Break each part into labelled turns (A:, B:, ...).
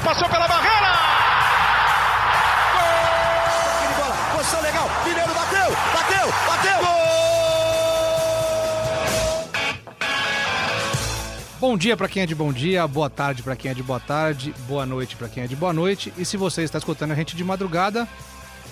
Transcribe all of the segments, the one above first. A: passou pela barreira!
B: Toque de bola, posição legal, Mineiro bateu, bateu, bateu!
C: Bom dia pra quem é de bom dia, boa tarde pra quem é de boa tarde, boa noite pra quem é de boa noite. E se você está escutando a gente de madrugada,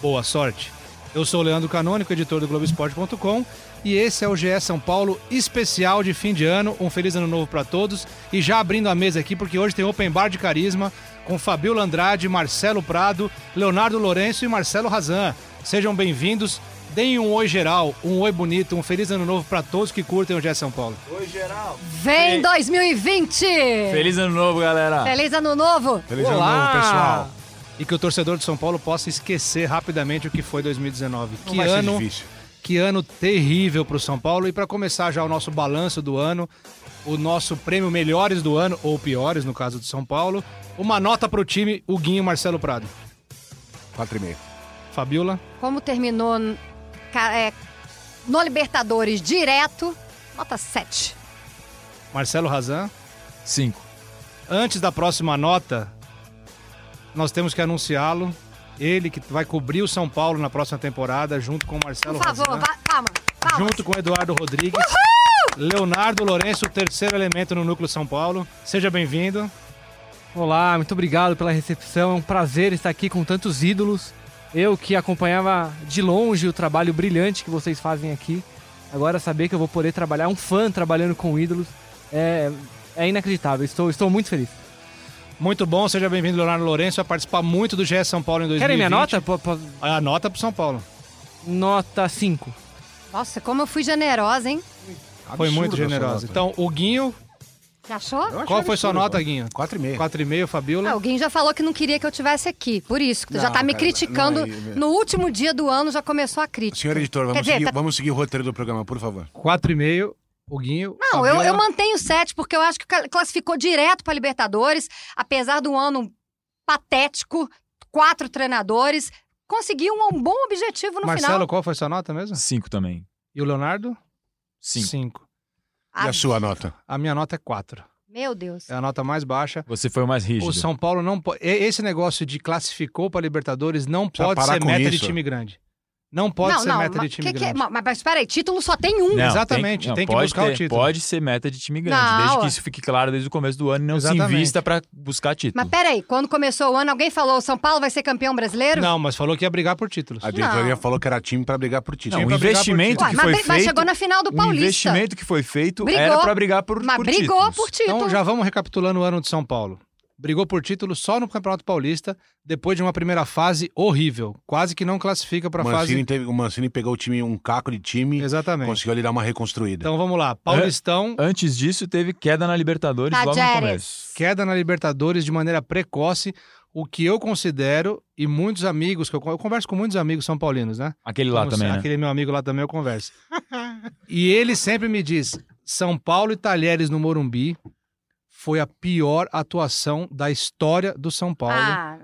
C: boa sorte. Eu sou o Leandro Canônico, editor do Globoesporte.com, e esse é o GE São Paulo especial de fim de ano. Um feliz ano novo pra todos. E já abrindo a mesa aqui, porque hoje tem Open Bar de Carisma com Fabiola Andrade, Marcelo Prado, Leonardo Lourenço e Marcelo Razan. Sejam bem-vindos. Deem um oi geral, um oi bonito, um feliz ano novo pra todos que curtem o GE São Paulo.
D: Vem 2020! Feliz,
E: Feliz ano novo, galera!
D: ano novo!
F: Feliz ano
E: Olá!
F: novo, pessoal.
C: e que o torcedor de São Paulo possa esquecer rapidamente o que foi 2019. que
F: vai ser
C: ano,
F: difícil.
C: que ano terrível para o São Paulo e para começar já o nosso balanço do ano, o nosso prêmio melhores do ano ou piores no caso do São Paulo, uma nota para o time, o Guinho Marcelo Prado.
F: 4,5.
C: Fabiola,
D: Como terminou ca- é, no Libertadores direto, nota 7.
C: Marcelo Razan.
E: Cinco.
C: Antes da próxima nota, nós temos que anunciá-lo. Ele que vai cobrir o São Paulo na próxima temporada, junto com o
F: Tá
C: Marcelo
D: Por favor,
C: Razan.
D: vá, calma, calma.
C: junto com Eduardo Rodrigues. Leonardo Lourenço, o terceiro elemento no Núcleo São Paulo. Seja bem-vindo.
G: Olá, muito obrigado pela recepção. É um prazer estar aqui com tantos ídolos. Eu que acompanhava de longe o trabalho brilhante que vocês fazem aqui. Agora saber que eu vou poder trabalhar, um fã trabalhando com ídolos, é, é inacreditável. Estou, estou muito feliz.
C: Muito bom, seja bem-vindo, Leonardo Lourenço. Vai participar muito do GE São Paulo em 2020.
G: Querem minha nota? Po- po-
C: A nota pro São Paulo.
G: Nota 5.
D: Nossa, como eu fui generosa, hein?
C: Foi muito
F: Absurda essa nota.
C: generosa. Então, o Guinho,
D: Já achou?
F: Eu achei
C: qual foi sua
F: absurdo,
C: nota,
F: pô.
C: Guinho?
F: 4,5.
C: 4,5, Fabiola.
D: Alguém já falou que não queria que eu tivesse aqui, por isso. que Tu já
F: Não,
D: tá me
F: cara,
D: criticando.
F: não, aí-
D: no último dia do ano já começou a crítica.
F: Senhor é editor,
D: Quer
F: vamos,
D: dizer,
F: seguir,
D: tá-
F: vamos seguir o roteiro do programa, por favor.
C: 4,5, o Guinho.
D: Não, eu,
C: Fabiola.
D: eu mantenho 7, porque eu acho que ca- classificou direto para Libertadores, apesar do ano patético, quatro treinadores, conseguiu um, um bom objetivo no
C: Marcelo,
D: final.
C: qual foi sua nota mesmo?
E: Cinco também.
C: E o Leonardo?
E: Cinco.
C: Cinco.
F: E
D: Ah,
F: a sua nota?
C: A minha nota é 4.
D: Meu Deus.
C: É a nota mais baixa.
E: Você foi o mais rígido.
C: O São Paulo não pode. Esse negócio de classificou para Libertadores não
F: Precisa
C: pode
F: parar
C: ser
F: com
C: meta de
F: isso.
C: time grande. Não pode
D: não,
C: ser
D: não,
C: meta de
D: mas
C: time
D: que que é?
C: grande.
D: Ma- Mas, mas peraí, título só tem um.
E: Não,
C: Exatamente,
E: não,
C: tem que
E: pode
C: buscar
E: ter-
C: o título.
E: Pode ser meta de time grande,
D: Não, é.
E: desde
D: ó.
E: que isso fique claro desde o começo do ano e não
C: Exatamente.
E: se invista pra buscar título.
D: Mas peraí, quando começou o ano, alguém falou: São Paulo vai ser campeão brasileiro?
C: Não, mas falou que ia brigar por títulos.
F: A diretoria
D: Não.
F: falou que era time pra brigar por título. Então,
C: Time pra
E: Não, o
C: brigar
E: investimento
C: por
D: Uai,
E: que
D: mas,
E: foi
D: bri- mas
E: feito...
D: chegou na final
C: um
D: do
E: O
D: Paulista.
E: investimento que foi feito
D: Brigou.
E: era pra brigar por,
D: mas
E: por
D: brigou
E: títulos.
D: por título.
C: Então já vamos recapitulando o ano de São Paulo. Brigou por título só no Campeonato Paulista, depois de uma primeira fase horrível. Quase que não classifica para
F: O
C: a
F: Mancini,
C: fase.
F: teve, o Mancini pegou o time, um caco de time,
C: Exatamente.
F: conseguiu lhe dar uma reconstruída.
C: Então vamos lá.
F: É.
C: Paulistão,
E: Antes disso, teve queda na Libertadores
D: Tá,
E: logo no
D: Tajeres.
E: começo.
C: queda na Libertadores de maneira precoce, o que eu considero, e muitos amigos, que eu, con- eu converso com muitos amigos são paulinos, né?
E: Aquele lá
C: Como
E: também,
C: se-
E: né?
C: Aquele meu amigo lá também eu converso. e ele sempre me diz: São Paulo e Talheres no Morumbi foi a pior atuação da história do São Paulo
D: Ah,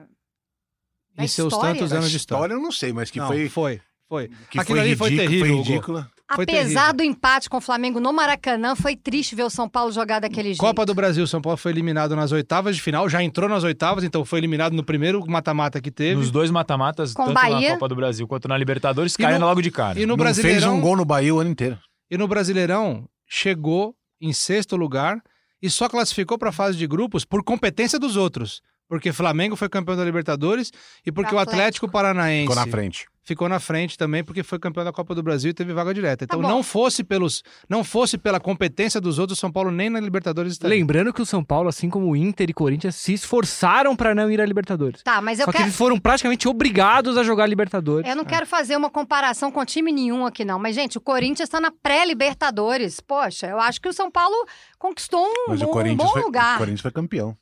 D: da
C: em seus
D: história?
C: tantos anos de história.
F: eu não sei, mas que
C: Não,
F: foi...
C: foi, foi.
F: Que
C: Aquilo
F: foi
C: ali foi
F: ridículo,
C: terrível, Hugo.
F: Foi ridícula.
C: Foi
D: apesar
C: terrível.
D: do empate com o Flamengo no Maracanã, foi triste ver o São Paulo jogar daquele jeito.
C: Copa do Brasil, São Paulo foi eliminado nas oitavas de final, já entrou nas oitavas, então foi eliminado no primeiro mata-mata que teve.
E: Nos dois mata-matas,
D: Com
E: tanto
D: Bahia.
E: na Copa do Brasil quanto na Libertadores,
C: E
E: caindo
C: no-
E: logo de cara.
C: E no
F: Não fez
C: Brasileirão,
F: um gol no Bahia o ano inteiro.
C: e no Brasileirão chegou em sexto lugar e só classificou para a fase de grupos por competência dos outros. Porque Flamengo foi campeão da Libertadores e porque o Atlético
D: Atlético.
C: Paranaense
F: Ficou na frente.
C: ficou na frente também porque foi campeão da Copa do Brasil e teve vaga direta.
D: Tá
C: Então
D: bom.
C: não fosse pelos não fosse pela competência dos outros, o São Paulo nem na Libertadores estaria.
G: Lembrando que o São Paulo, assim como o Inter e Corinthians, se esforçaram para não ir à Libertadores.
D: Tá, mas eu
G: Só que
D: quero.
G: eles foram praticamente obrigados a jogar a Libertadores.
D: Eu não quero fazer uma comparação com time nenhum aqui, não. Mas, gente, o Corinthians tá na pré-Libertadores. Poxa, eu acho que o São Paulo conquistou um,
F: Mas o
D: um- um
F: Corinthians,
D: bom
F: foi, o
D: lugar.
F: Corinthians foi campeão.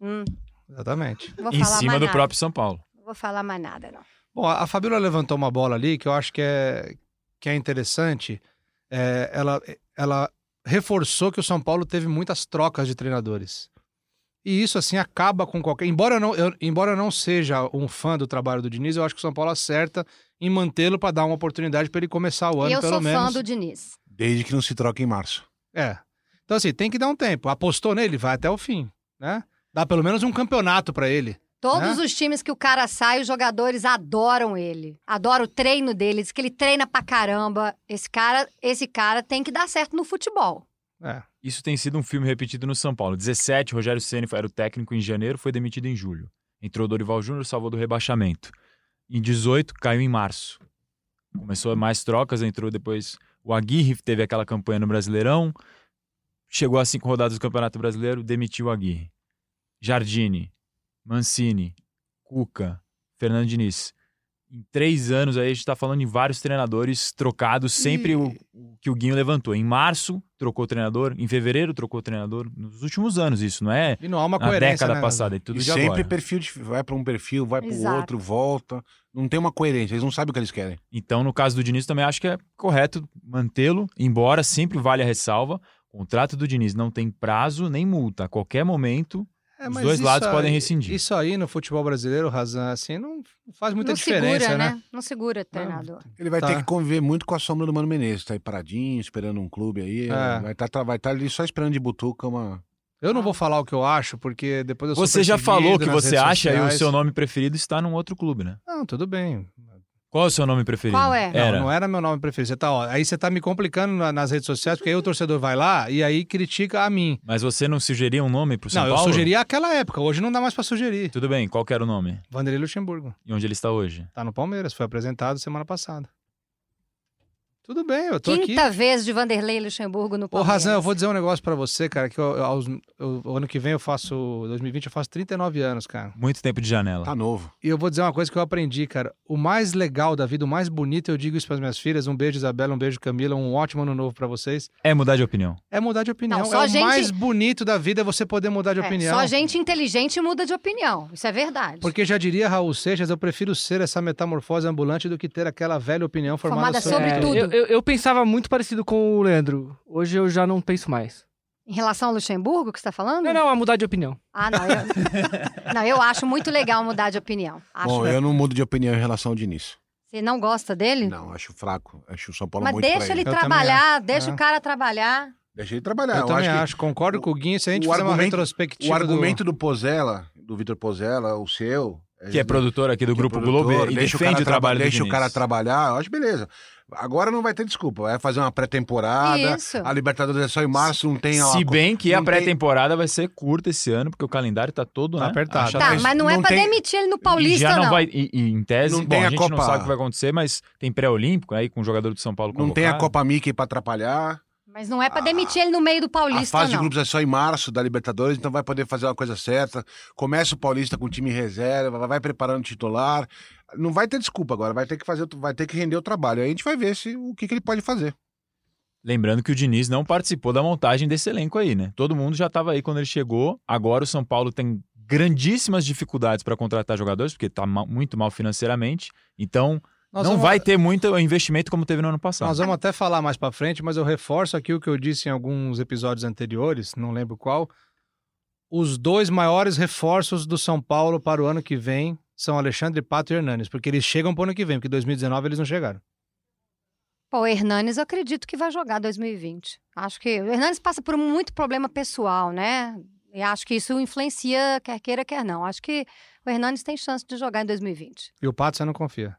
D: Hum,
C: Exatamente.
D: não vou
E: em
D: falar
E: cima
D: mais
E: do
D: nada.
E: próprio São Paulo.
D: Não vou falar mais nada, não.
C: Bom, a a Fabíola levantou uma bola ali que eu acho que é, que é interessante. É, ela, ela reforçou que o São Paulo teve muitas trocas de treinadores. E isso, assim, acaba com qualquer. Embora eu não, eu, embora eu não seja um fã do trabalho do Diniz, eu acho que o São Paulo acerta em mantê-lo para dar uma oportunidade para ele começar o ano,
D: E eu
C: pelo
D: sou
C: menos.
D: fã do Diniz.
F: Desde que não se troca em março.
C: É. Então, assim, tem que dar um tempo. Apostou nele, vai até o fim, né? Dá pelo menos um campeonato pra ele.
D: Todos
C: Né?
D: os times que o cara sai, os jogadores adoram ele. Adoram o treino dele, diz que ele treina pra caramba. Esse cara, esse cara tem que dar certo no futebol.
C: É.
E: Isso tem sido um filme repetido no São Paulo. 17, Rogério Ceni era o técnico em janeiro, foi demitido em julho. Entrou Dorival Júnior, salvou do rebaixamento. Em 18, caiu em março. Começou mais trocas, entrou depois o Aguirre, teve aquela campanha no Brasileirão. Chegou a cinco rodadas do Campeonato Brasileiro, demitiu o Aguirre. Jardine, Mancini, Cuca, Fernando Diniz. Em três anos aí a gente tá falando de vários treinadores trocados, sempre
C: E-
E: o, o que o Guinho levantou. Em março trocou o treinador, em fevereiro trocou o treinador. Nos últimos anos isso, não é?
C: E não há uma
E: Na
C: coerência.
E: década
C: né,
E: passada e tudo
F: e
E: de
F: sempre
E: agora.
F: perfil de, vai pra um perfil, vai pro
D: Exato.
F: outro, volta. Não tem uma coerência, eles não sabem o que eles querem.
E: Então, no caso do Diniz, também acho que é correto mantê-lo, embora sempre vale a ressalva. O contrato do Diniz não tem prazo nem multa. A qualquer momento,
C: É,
E: Os
C: mas
E: dois
C: isso
E: lados
C: aí-
E: podem rescindir.
C: Isso aí no futebol brasileiro, Razan, assim, não faz muita
D: não
C: diferença,
D: segura,
C: né?
D: Não segura, treinador.
F: Ele vai
C: Tá.
F: ter que conviver muito com a sombra do Mano Menezes, tá aí paradinho, esperando um clube aí.
C: É.
F: Vai estar vai tá ali só esperando de butuca uma.
C: Eu
D: Ah.
C: não vou falar o que eu acho, porque depois eu sou
E: você já falou o que
C: perseguido nas
E: você
C: redes
E: acha e o
C: sociais.
E: seu nome preferido está num outro clube, né?
C: Não, tudo bem.
E: Qual é o seu nome preferido?
D: Qual é?
E: Era.
C: Não, não era meu nome preferido. Você tá, ó, aí você tá me complicando na- nas redes sociais, porque aí o torcedor vai lá e aí critica a mim.
E: Mas você não sugeria um nome pro São
C: não,
E: Paulo?
C: eu sugeria aquela época. Hoje não dá mais pra sugerir.
E: Tudo bem, qual que era o nome?
C: Vanderlei Luxemburgo.
E: E onde ele está hoje?
C: Tá no Palmeiras, foi apresentado semana passada. Tudo bem, eu tô aqui.
D: Quinta vez de Vanderlei Luxemburgo no
C: Ô,
D: Palmeiras.
C: Razan, eu vou dizer um negócio pra você, cara, que eu, eu- aos- eu- o ano que vem eu faço, 2020, eu faço 39 anos, cara.
E: Muito tempo de janela.
F: Tá novo.
C: E eu vou dizer uma coisa que eu aprendi, cara. O mais legal da vida, o mais bonito, eu digo isso pras minhas filhas. Um beijo, Isabela, um beijo, Camila, um ótimo ano novo pra vocês.
E: É mudar de opinião.
C: É mudar de opinião.
D: Não, só
C: é
D: gente-
C: o mais bonito da vida é você poder mudar de
D: É,
C: opinião.
D: Só gente inteligente muda de opinião. Isso é verdade.
C: Porque já diria Raul Seixas, eu prefiro ser essa metamorfose ambulante do que ter aquela velha opinião formada,
D: Formada sobre
C: tudo.
D: tudo.
G: É, Eu, eu- eu pensava muito parecido com o Leandro. Hoje eu já não penso mais.
D: Em relação ao Luxemburgo que você tá falando?
G: Não, não, a mudar de opinião.
D: Ah, não. Eu... não, eu acho muito legal mudar de opinião. Acho. é.
F: Bom, eu não mudo de opinião em relação ao Diniz.
D: Você não gosta dele?
F: Não, acho fraco. Acho o São Paulo
D: Mas
F: muito pra
D: deixa ele
F: ele.
C: Eu também
D: trabalhar, deixa
C: É.
D: o cara trabalhar.
F: Deixa ele trabalhar.
C: Eu,
F: Eu,
C: também
F: acho, que
C: acho, concordo com o Guinho. Se a gente
F: o
C: fizer uma
F: argumento-
C: retrospectiva
F: O argumento do Pozella, do Vitor Pozella, o seu.
E: Que é produtor aqui do
F: que é
E: Grupo
F: produtor,
E: Globo e
F: deixa o,
E: defende
F: cara
E: o trabalho
F: traba-
E: do
F: Deixa o
E: Diniz.
F: cara trabalhar, eu acho beleza. Agora não vai ter desculpa. Vai fazer uma pré-temporada.
D: Isso.
F: A Libertadores é só em março, não tem.
E: Se
F: a-
E: bem que a
F: não tem-
E: pré-temporada vai ser curta esse ano, porque o calendário tá todo
C: Tá
E: né,
C: apertado.
E: achatado.
D: Tá,
F: mas
D: mas não é
F: não
D: pra
F: tem-
D: demitir ele no
E: E já
D: Paulista,
E: não,
D: não.
E: vai. E, e em tese,
F: Não
E: bom,
F: tem
E: a
F: a
E: gente não
F: Copa-
E: sabe o que vai acontecer, mas tem pré-olímpico aí com o jogador do São Paulo
F: Não tem a
E: convocado.
F: Copa Mickey pra atrapalhar.
D: Mas não é pra
F: Ah,
D: demitir ele no meio do
F: a
D: Paulista,
F: fase de
D: não.
F: grupos é só em março da Libertadores, então vai poder fazer uma coisa certa. Começa o Paulista com o time reserva, vai preparando o titular. Não vai ter desculpa agora, vai ter que fazer, vai ter que render o trabalho. Aí a gente vai ver se o que, que ele pode fazer.
E: Lembrando que o Diniz não participou da montagem desse elenco aí, né? Todo mundo já estava aí quando ele chegou. Agora o São Paulo tem grandíssimas dificuldades para contratar jogadores, porque tá ma- muito mal financeiramente. Então,
C: Nós
E: não
C: vamos-
E: vai ter muito investimento como teve no ano
C: Nós
E: passado.
C: vamos até falar mais pra frente, mas eu reforço aqui o que eu disse em alguns episódios anteriores, não lembro qual. Os dois maiores reforços do São Paulo para o ano que vem são Alexandre Pato e Hernanes, porque eles chegam pro ano que vem, porque 2019 eles não chegaram.
D: Pô, o Hernanes eu acredito que vai jogar 2020. Acho que o Hernanes passa por muito problema pessoal, né? E acho que isso influencia quer queira, quer não. Acho que o Hernanes tem chance de jogar em 2020.
C: E o Pato você não confia.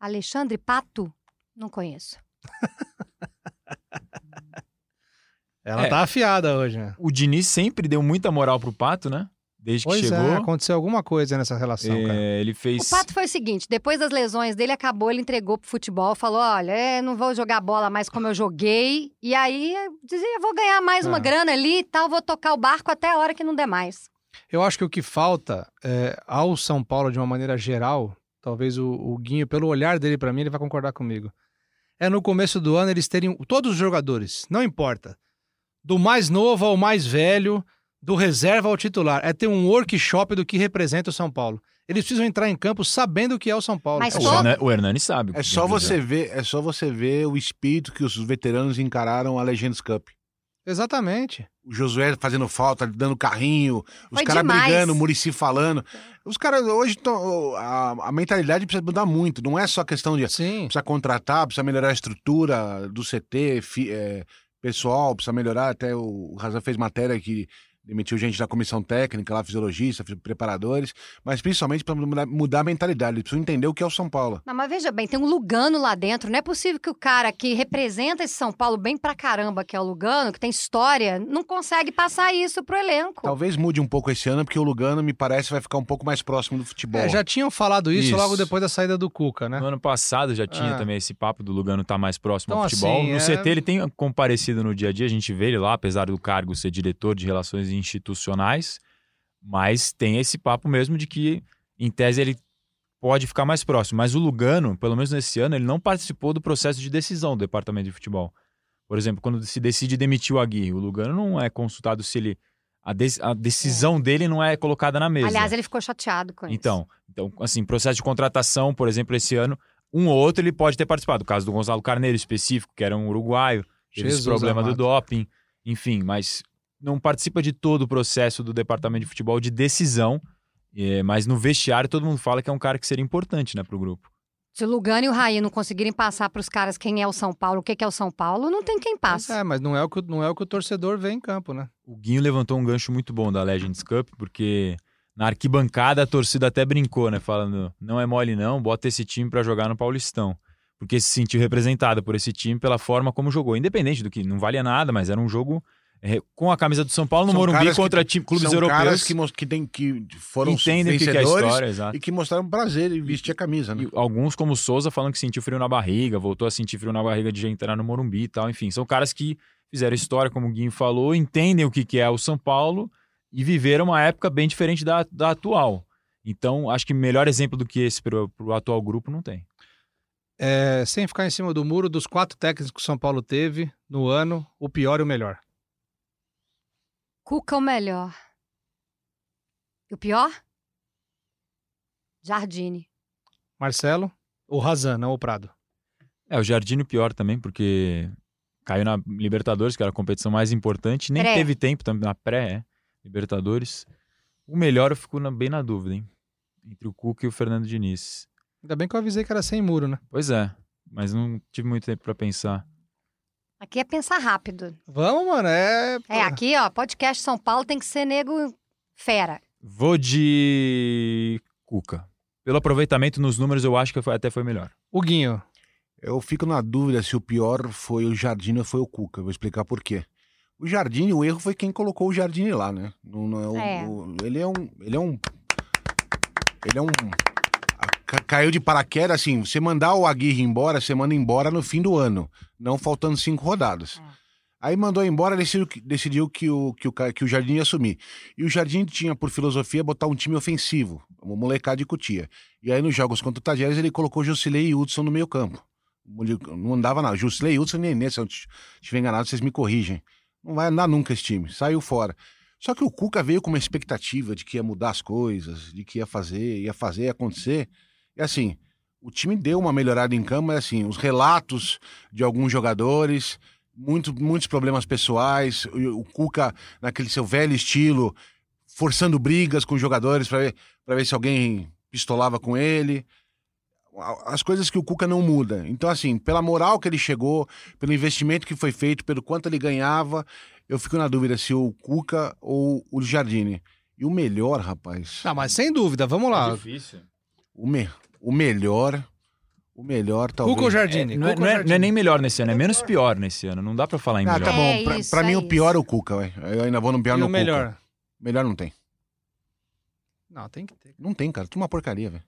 D: Alexandre Pato? Não conheço.
C: Ela
E: É.
C: tá afiada hoje, né?
E: O Diniz sempre deu muita moral pro Pato, né? Desde
C: Pois
E: que
C: é,
E: chegou.
C: aconteceu alguma coisa nessa relação,
E: É,
C: cara.
E: ele fez.
D: O Pato foi o seguinte: depois das lesões dele, acabou, ele entregou pro futebol, falou: olha, é, não vou jogar bola mais como eu joguei. E aí é, dizia: vou ganhar mais
E: Ah.
D: uma
C: É.
D: grana ali e tal, vou tocar o barco até a hora que não der mais.
C: Eu acho que o que falta é, ao São Paulo, de uma maneira geral, talvez o, o Guinho, pelo olhar dele pra mim, ele vai concordar comigo. É no começo do ano eles terem todos os jogadores, não importa, do mais novo ao mais velho, do reserva ao titular, é ter um workshop do que representa o São Paulo. Eles precisam entrar em campo sabendo o que é o São Paulo.
D: Mas
E: O,
D: todo-
E: Hernan- o Hernani sabe. o
F: É
E: que
F: só
E: quer dizer.
F: você ver, é só você ver o espírito que os veteranos encararam a Legends Cup.
C: Exatamente. É,
F: O Josué fazendo falta, dando carrinho, os
D: Foi
F: caras
D: demais.
F: brigando, o Murici falando. Os caras hoje estão. A, a mentalidade precisa mudar muito. Não é só questão de
C: Sim.
F: precisa contratar, precisa melhorar a estrutura do CT, fi- é, pessoal, precisa melhorar. Até o, o Razan fez matéria que Demitiu gente da comissão técnica, lá fisiologista, fisi- preparadores, mas principalmente para mudar, mudar a mentalidade. Eles precisam entender o que é o São Paulo.
D: Não, mas veja bem, tem um Lugano lá dentro. Não é possível que o cara que representa esse São Paulo bem pra caramba, que é o Lugano, que tem história, não consegue passar isso pro elenco.
F: Talvez mude um pouco esse ano, porque o Lugano, me parece, vai ficar um pouco mais próximo do futebol.
C: É, já tinham falado isso,
E: Isso.
C: logo depois da saída do Cuca, né?
E: No ano passado já tinha
C: Ah.
E: também esse papo do Lugano estar mais próximo ao
C: Então,
E: futebol.
C: assim,
E: no
C: é-
E: CT ele tem comparecido no dia a dia, a gente vê ele lá, apesar do cargo ser diretor de relações institucionais, mas tem esse papo mesmo de que, em tese, ele pode ficar mais próximo. Mas o Lugano, pelo menos nesse ano, ele não participou do processo de decisão do departamento de futebol. Por exemplo, quando se decide demitir o Aguirre, o Lugano não é consultado se ele. A, de- a decisão dele não é colocada na mesa.
D: Aliás, ele ficou chateado com isso.
E: Então, então, assim, processo de contratação, por exemplo, esse ano, um ou outro ele pode ter participado. O caso do Gonzalo Carneiro específico, que era um uruguaio, teve esse
C: Jesus
E: problema do
C: amado.
E: doping, enfim, mas não participa de todo o processo do departamento de futebol de decisão. eh, mas no vestiário todo mundo fala que é um cara que seria importante, né, pro grupo.
D: Se o Lugano e o Raí não conseguirem passar pros caras quem é o São Paulo, o que que é o São Paulo, não tem quem
C: Mas
D: passa.
C: É, mas não é, o que, o- não é o que o torcedor vê em campo, né?
E: O Guinho levantou um gancho muito bom da Legends Cup, porque na arquibancada a torcida até brincou, né? Falando, não é mole não, bota esse time pra jogar no Paulistão. Porque se sentiu representada por esse time pela forma como jogou. Independente do que, não valia nada, mas era um jogo eh, com a camisa do São Paulo no
F: São
E: Morumbi
F: caras que-
E: contra time, clubes
F: São
E: europeus.
F: caras que, mos- que, tem, que foram
E: entendem o que que é a
F: vencedores
E: história, exato.
F: e que mostraram prazer em vestir a camisa. Né?
E: E alguns, como o Souza, falando que sentiu frio na barriga, voltou a sentir frio na barriga de entrar no Morumbi e tal. Enfim, são caras que fizeram história, como o Guinho falou, entendem o que que é o São Paulo e viveram uma época bem diferente da, da atual. Então, acho que melhor exemplo do que esse pro, pro atual grupo não tem.
C: É, sem ficar em cima do muro, dos quatro técnicos que o São Paulo teve no ano, o pior e o melhor.
D: Cuca é o melhor. E o pior? Jardine.
C: Marcelo, o Razan, não o Prado.
E: É, o Jardim o pior também, porque caiu na Libertadores, que era a competição mais importante, nem
D: Pré.
E: teve tempo também na pré, é, Libertadores. O melhor eu fico na- bem na dúvida, hein? Entre o Cuca e o Fernando Diniz.
C: Ainda bem que eu avisei que era sem muro, né?
E: Pois é, mas não tive muito tempo pra pensar.
D: Aqui é pensar rápido.
C: Vamos, mano, é...
D: É, aqui, ó, podcast São Paulo tem que ser nego fera.
E: Vou de Cuca. Pelo aproveitamento nos números, eu acho que foi- até foi melhor.
C: O Guinho.
F: Eu fico na dúvida se o pior foi o Jardim ou foi o Cuca. Eu Vou explicar por quê. O Jardim, o erro foi quem colocou o Jardim lá, né? Não- não é o-
D: É.
F: o- ele é um. Ele é um. Ele é um. a- ca- Caiu de paraquedas, assim, você mandar o Aguirre embora, você manda embora no fim do ano, não faltando cinco rodadas. Aí mandou embora, decidiu, que- decidiu que, o, que, o, ca- que o Jardim ia assumir. E o Jardim tinha, por filosofia, botar um time ofensivo, uma molecada de cutia. E aí, nos jogos contra o Tajeres, ele colocou Jusilei e Hudson no meio campo. Onde- Não andava nada. Jusilei, Hudson e Nenê, se eu t- estiver enganado, vocês me corrigem. Não vai andar nunca esse time. Saiu fora. Só que o Cuca veio com uma expectativa de que ia mudar as coisas, de que ia fazer, ia fazer, ia acontecer. E assim, o time deu uma melhorada em campo, mas assim, os relatos de alguns jogadores, muito, muitos problemas pessoais, o, o Cuca naquele seu velho estilo, forçando brigas com os jogadores para ver, pra ver se alguém pistolava com ele. A- As coisas que o Cuca não muda. Então, assim, pela moral que ele chegou, pelo investimento que foi feito, pelo quanto ele ganhava, eu fico na dúvida se o Cuca ou o Jardine. E o melhor, rapaz.
C: Ah, mas sem dúvida, vamos lá.
E: É difícil.
F: O, me- o melhor. O melhor, talvez.
C: Cuca ou Jardine?
E: não, é,
C: Cuca
E: não
C: ou
E: é-
C: Jardine?
E: não é nem melhor nesse ano, é menos pior nesse ano. Não dá pra falar em
F: Ah,
E: melhor.
F: tá bom.
D: É
F: pra
D: isso,
F: pra mim,
D: é
F: o pior é o Cuca, ué. Eu ainda vou no pior
C: E
F: no
C: o
F: Cuca.
C: melhor?
F: Melhor não tem.
C: Não, tem que ter.
F: Não tem, cara. Tu é uma porcaria, velho.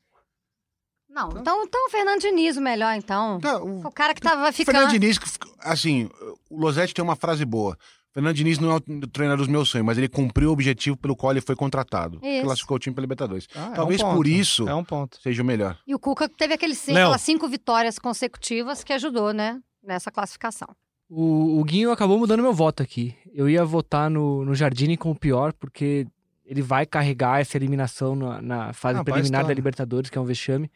D: Não, então, então o Fernando Diniz o melhor, então.
F: Tá, o-
D: O cara que tava
F: O Fernando
D: ficando...
F: Diniz, que fica- assim, o Losetti tem uma frase boa. O Fernando Diniz não é o treinador dos meus sonhos, mas ele cumpriu o objetivo pelo qual ele foi contratado.
D: Isso.
F: Classificou o time para Libertadores.
C: Ah, é um
F: Talvez
C: ponto.
F: por isso
C: É um ponto.
F: seja o melhor.
D: E o Cuca teve aqueles cinco,
C: Léo.
D: aquelas cinco vitórias consecutivas que ajudou, né? Nessa classificação.
G: O, o Guinho acabou mudando meu voto aqui. Eu ia votar no, no Jardine com o pior, porque ele vai carregar essa eliminação na, na fase
C: Ah, vai
G: preliminar
C: estar,
G: da
C: né?
G: Libertadores, que é um vexame.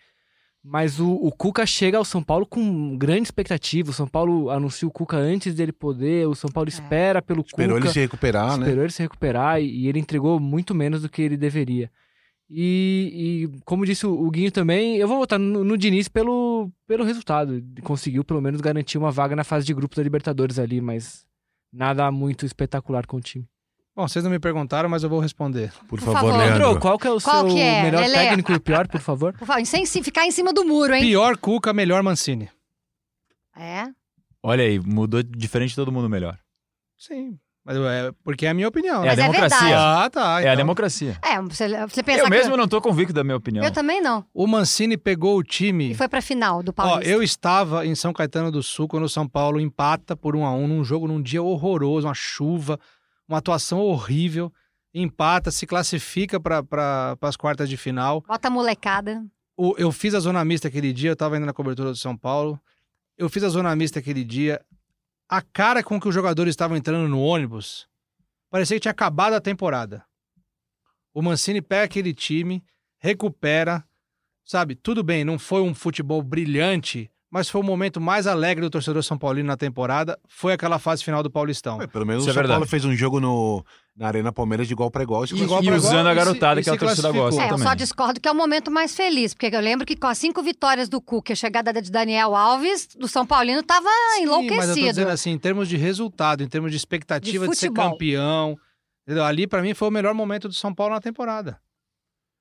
G: Mas o, o Cuca chega ao São Paulo com grande expectativa. O São Paulo anuncia o Cuca antes dele poder, o São Paulo
D: É.
G: espera pelo
F: Esperou
G: Cuca.
F: ele se
C: Ah,
F: recuperar, né?
G: Esperou ele se recuperar e, e ele entregou muito menos do que ele deveria. E, e, como disse o, o Guinho também, eu vou votar no, no Diniz pelo, pelo resultado. Ele Conseguiu pelo menos garantir uma vaga na fase de grupos da Libertadores ali, mas nada muito espetacular com o time.
C: Bom, vocês não me perguntaram, mas eu vou responder.
E: Por,
D: Por
E: favor,
D: favor.
E: Leandro.
G: Leandro, qual que é o
D: Qual
G: seu
D: que é,
G: melhor
D: Lele?
G: técnico e o pior, por favor?
D: Por favor, sem se ficar em cima do muro, hein?
C: Pior Cuca, melhor Mancini.
D: É.
E: Olha aí, mudou diferente de todo mundo melhor.
C: Sim, mas é porque é a minha opinião.
E: É a
D: Mas é
E: democracia.
D: verdade.
C: Ah, tá.
E: é a
C: então.
E: democracia.
D: É, você, você pensar
E: Eu
D: que-
E: mesmo não tô convicto da minha opinião.
D: Eu também não.
C: O Mancini pegou o time.
D: E foi pra final do
C: Ó,
D: Paulista.
C: eu estava em São Caetano do Sul quando o São Paulo empata por um a um num jogo num dia horroroso, uma chuva, uma atuação horrível. Empata, se classifica para as quartas de final.
D: Bota a molecada.
C: O- eu fiz a zona mista aquele dia, eu tava indo na cobertura do São Paulo. Eu fiz a zona mista aquele dia. A cara com que os jogadores estavam entrando no ônibus parecia que tinha acabado a temporada. O Mancini pega aquele time, recupera, sabe? Tudo bem, não foi um futebol brilhante, mas foi o momento mais alegre do torcedor São Paulino na temporada. Foi aquela fase final do Paulistão.
F: Ué, Pelo menos
E: Isso
F: o
E: é
F: São
E: verdade.
F: Paulo fez um jogo no, na Arena Palmeiras de igual para igual. se
E: E-
F: classificou.
C: Igual pra
E: usando a
C: e se-
E: garotada,
C: e
E: que é
C: se
E: a torcida
C: classificou.
E: gosta.
D: É, eu só
E: também.
D: discordo que é o momento mais feliz, porque eu lembro que com as cinco vitórias do Cuca e a chegada de Daniel Alves, do São Paulino tava
C: Sim, Mas eu tô
D: Ah, enlouquecido.
C: dizendo assim, em termos de resultado, em termos de expectativa
D: De
C: de, ser
D: futebol.
C: campeão. entendeu? Ali, pra mim, foi o melhor momento do São Paulo na temporada.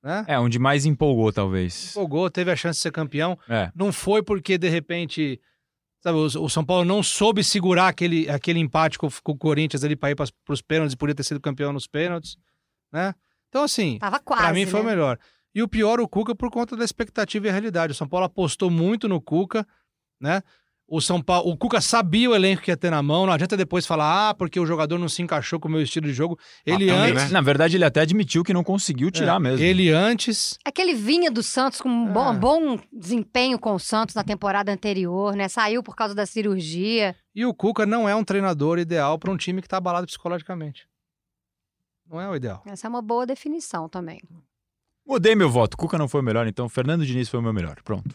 C: Né?
E: É, onde mais empolgou, talvez.
C: Empolgou, teve a chance de ser campeão.
E: É.
C: Não foi porque, de repente, sabe, o, o São Paulo não soube segurar aquele, aquele empate com, com o Corinthians ali pra ir pras- pros pênaltis e podia ter sido campeão nos pênaltis. Né? Então, assim,
D: Tava quase.
C: pra mim foi
D: né?
C: o melhor. E o pior, o Cuca, por conta da expectativa e a realidade. O São Paulo apostou muito no Cuca, né? O São Paulo, o Cuca sabia o elenco que ia ter na mão, não adianta depois falar, ah, porque o jogador não se encaixou com o meu estilo de jogo. Ele
F: também,
C: antes. É.
F: né?
E: Na verdade, ele até admitiu que Ah, não conseguiu tirar mesmo.
C: Ele antes.
D: É que ele vinha do Santos com um bom,
C: É.
D: bom desempenho com o Santos na temporada anterior, né? Saiu por causa da cirurgia.
C: E o Cuca não é um treinador ideal pra um time que tá abalado psicologicamente. Não é o ideal.
D: Essa é uma boa definição também.
E: Mudei meu voto. Cuca não foi o melhor, então Fernando Diniz foi o meu melhor. Pronto.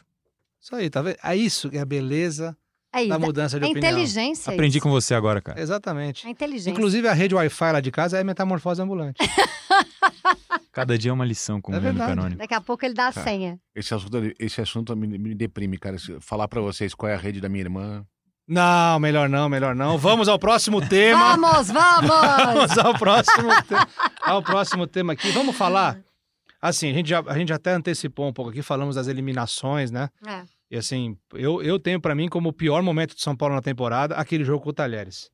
C: Isso aí, tá vendo? É isso que é a beleza
D: Aí,
C: da
D: da-
C: mudança de
D: é
C: opinião.
D: inteligência.
E: Aprendi
D: isso.
E: com você agora, cara.
C: Exatamente.
D: É inteligência.
C: Inclusive, a rede Wi-Fi lá de casa é metamorfose ambulante.
E: Cada dia é uma lição com
C: É
E: o Leandro
C: verdade.
E: Canônico.
D: Daqui a pouco ele dá a
F: Tá.
D: senha.
F: Esse assunto, esse assunto me, me deprime, cara. Se- Falar pra vocês qual é a rede da minha irmã.
C: não, melhor não, melhor não. Vamos ao próximo tema.
D: Vamos, vamos!
C: Vamos ao próximo, tema, ao próximo tema aqui. Vamos falar. Assim, a gente, já, a gente até antecipou um pouco aqui, falamos das eliminações, né?
D: É.
C: E assim, eu, eu tenho pra mim como o pior momento de São Paulo na temporada aquele jogo com o Talheres.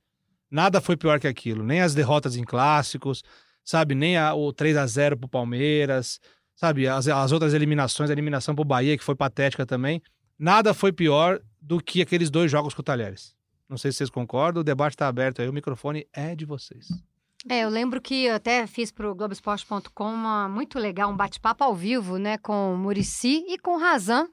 C: Nada foi pior que aquilo, nem as derrotas em clássicos, sabe? Nem a- o 3 a 0 pro Palmeiras, sabe? As, as outras eliminações, a eliminação pro Bahia, que foi patética também. Nada foi pior do que aqueles dois jogos com o Talheres. Não sei se vocês concordam, o debate tá aberto aí, o microfone é de vocês.
D: É, eu lembro que eu até fiz pro Globoesporte.com uma muito legal, um bate-papo ao vivo, né, com o Murici e com o Razan.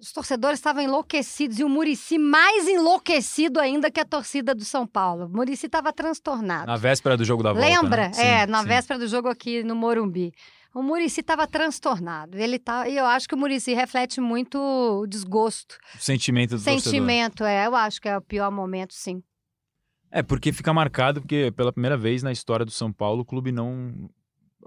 D: Os torcedores estavam enlouquecidos e o Murici mais enlouquecido ainda que a torcida do São Paulo. O Murici estava transtornado.
E: Na véspera do jogo da volta.
D: É Lembra?
E: né? Sim,
D: é, na
E: sim.
D: véspera do jogo aqui no Morumbi. O Murici estava transtornado. Ele tá, e eu acho que o Murici reflete muito o desgosto,
E: O sentimento do torcedor.
D: sentimento. É, eu acho que é o pior momento, sim.
E: É, porque fica marcado, porque pela primeira vez na história do São Paulo, o clube não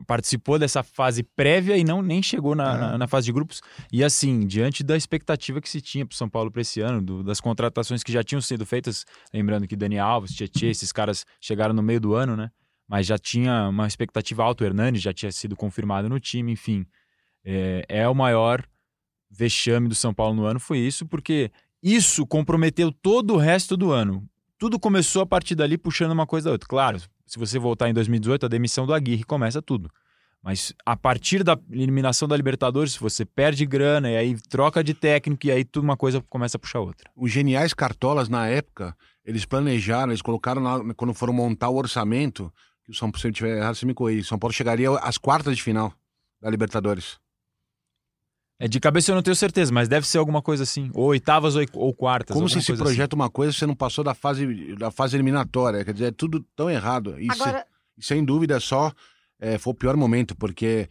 E: participou dessa fase prévia e não nem chegou na,
C: É.
E: na- na fase de grupos. E assim, diante da expectativa que se tinha pro São Paulo para esse ano, do- das contratações que já tinham sido feitas, lembrando que Dani Alves, Tietchan, esses caras chegaram no meio do ano, né? Mas já tinha uma expectativa alta, o Hernandes já tinha sido confirmado no time, enfim. É, é o maior vexame do São Paulo no ano, foi isso, porque isso comprometeu todo o resto do ano tudo começou a partir dali puxando uma coisa da outra. Claro, se você voltar em 2018, a demissão do Aguirre começa tudo. Mas a partir da eliminação da Libertadores, você perde grana, e aí troca de técnico, e aí tudo uma coisa começa a puxar a outra.
F: Os geniais cartolas, na época, eles planejaram, eles colocaram lá, né, quando foram montar o orçamento, que o São Paulo, se eu tiver errado, você me corrige. São Paulo chegaria às quartas de final da Libertadores.
E: É, de cabeça eu não tenho certeza, mas deve ser alguma coisa assim. Ou oitavas ou, ou quartas.
F: Como
E: alguma
F: se se
E: coisa assim?
F: projeta uma coisa, você não passou da fase, da fase eliminatória. Quer dizer, é tudo tão errado. E se-
D: Agora,
F: E sem dúvida só eh, foi o pior momento, porque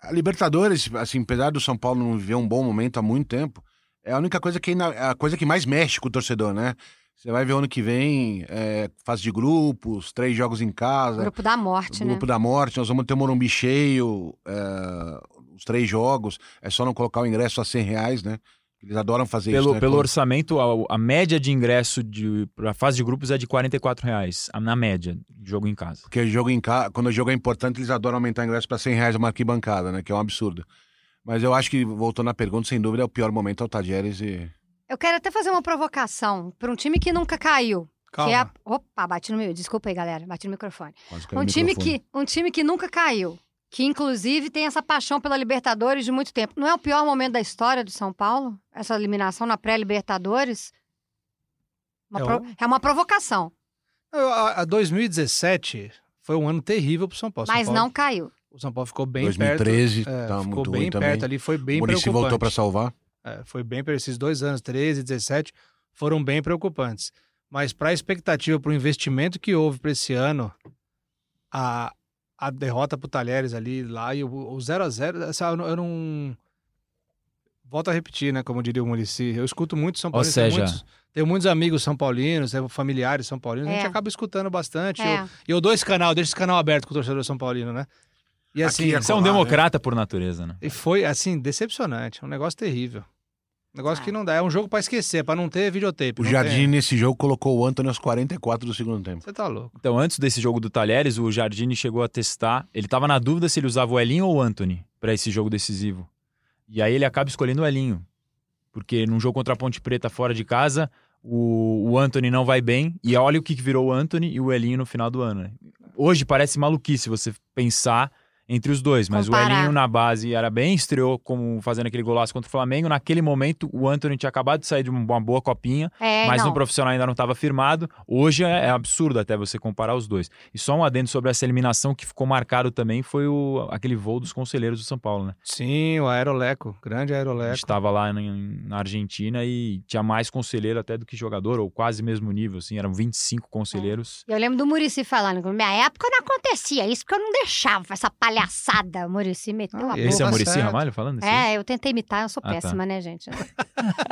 F: a Libertadores, assim, apesar do São Paulo não viver um bom momento há muito tempo, é a única coisa que ainda- é a coisa que mais mexe com o torcedor, né? Você vai ver ano que vem, eh, fase de grupos, três jogos em casa,
D: Grupo da morte,
F: o grupo
D: né?
F: da morte, nós vamos ter o Morumbi é cheio, eh, os três jogos, é só não colocar o ingresso a 100 reais, né? Eles adoram fazer
E: Pelo,
F: isso. né?
E: pelo
F: Quando-
E: orçamento, a, a média de ingresso de, pra fase de grupos é de 44 reais, a- na média, jogo em casa.
F: Porque jogo em ca... quando o jogo é importante, eles adoram aumentar o ingresso para 100 reais uma arquibancada, né? Que é um absurdo. Mas eu acho que, voltando à pergunta, sem dúvida, é o pior momento é o Tajeres e.
D: Eu quero até fazer uma provocação para um time que nunca caiu. Que é a...
C: Calma.
D: Opa, bati no meu. Desculpa aí, galera. Bati no microfone.
F: Quase caiu
D: Um
F: o
D: time,
F: microfone.
D: que, um time que nunca caiu. Que, inclusive, tem essa paixão pela Libertadores de muito tempo. Não é o pior momento da história do São Paulo? Essa eliminação na pré-Libertadores? Uma
C: É
D: pro- é uma provocação,
C: Eu- A, a 2017 foi um ano terrível pro São Paulo. São
D: mas
C: Paulo-
D: não caiu.
C: O São Paulo ficou bem perto.
F: 2013,
C: É,
F: tá
C: ficou
F: muito
C: bem
F: ruim
C: perto
F: também.
C: ali, foi bem
F: o Muricy
C: preocupante.
F: voltou para salvar.
C: É, foi bem para esses dois anos, 13, 17, foram bem preocupantes. Mas para a expectativa, para o investimento que houve para esse ano, a, a derrota para o Talheres ali, lá, e o- o 0x0, essa eu não- eu não... Volto a repetir, né, como diria o Murici, eu escuto muito São Paulo.
E: seja-
C: Tenho muitos, tenho muitos amigos são paulinos, tenho familiares são paulinos, a gente
D: É.
C: acaba escutando bastante.
D: É.
C: Eu, e eu dou esse canal, deixo esse canal aberto com o torcedor são paulino, né? E
F: Aqui
C: assim,
F: é
E: Você é um
F: Colar, né?
E: democrata por natureza, né?
C: e foi, assim, decepcionante. Um negócio terrível. Um negócio
D: Ah.
C: que não dá. É um jogo pra esquecer, pra não ter videotape.
F: O
C: não
F: Jardim,
C: tem.
F: nesse jogo, colocou o Antônio aos 44 do segundo tempo.
C: Você tá louco.
E: Então, antes desse jogo do Talheres, o Jardine chegou a testar. Ele tava na dúvida se ele usava o Elinho ou o Anthony pra esse jogo decisivo. E aí ele acaba escolhendo o Elinho. Porque num jogo contra a Ponte Preta fora de casa, o, o Anthony não vai bem. E olha o que que virou o Anthony e o Elinho no final do ano. né? Hoje parece maluquice você pensar entre os dois, mas o
D: Comparar.
E: Elinho na base era bem, estreou como fazendo aquele golaço contra o Flamengo. Naquele momento, o Anthony tinha acabado de sair de uma boa copinha.
D: É,
E: Mas
D: não.
E: um profissional ainda não estava firmado. Hoje é, é absurdo até você comparar os dois. E só um adendo sobre essa eliminação que ficou marcado também foi o- aquele voo dos conselheiros do São Paulo, né?
C: Sim, o Aeroleco. Grande
E: A
C: Aeroleco.
E: gente estava lá na, na Argentina e tinha mais conselheiro até do que jogador, ou quase mesmo nível, assim. Eram 25 conselheiros.
D: E Eu lembro do Murici falando, na minha época não acontecia isso, porque eu não deixava essa palhaçada. O Murici meteu
C: Ah,
D: a
C: esse
E: Esse
D: boca.
E: é o
C: tá
E: Murici
C: certo.
E: Ramalho falando isso?
D: É, eu tentei imitar, eu sou
E: Ah, tá.
D: péssima, né, gente?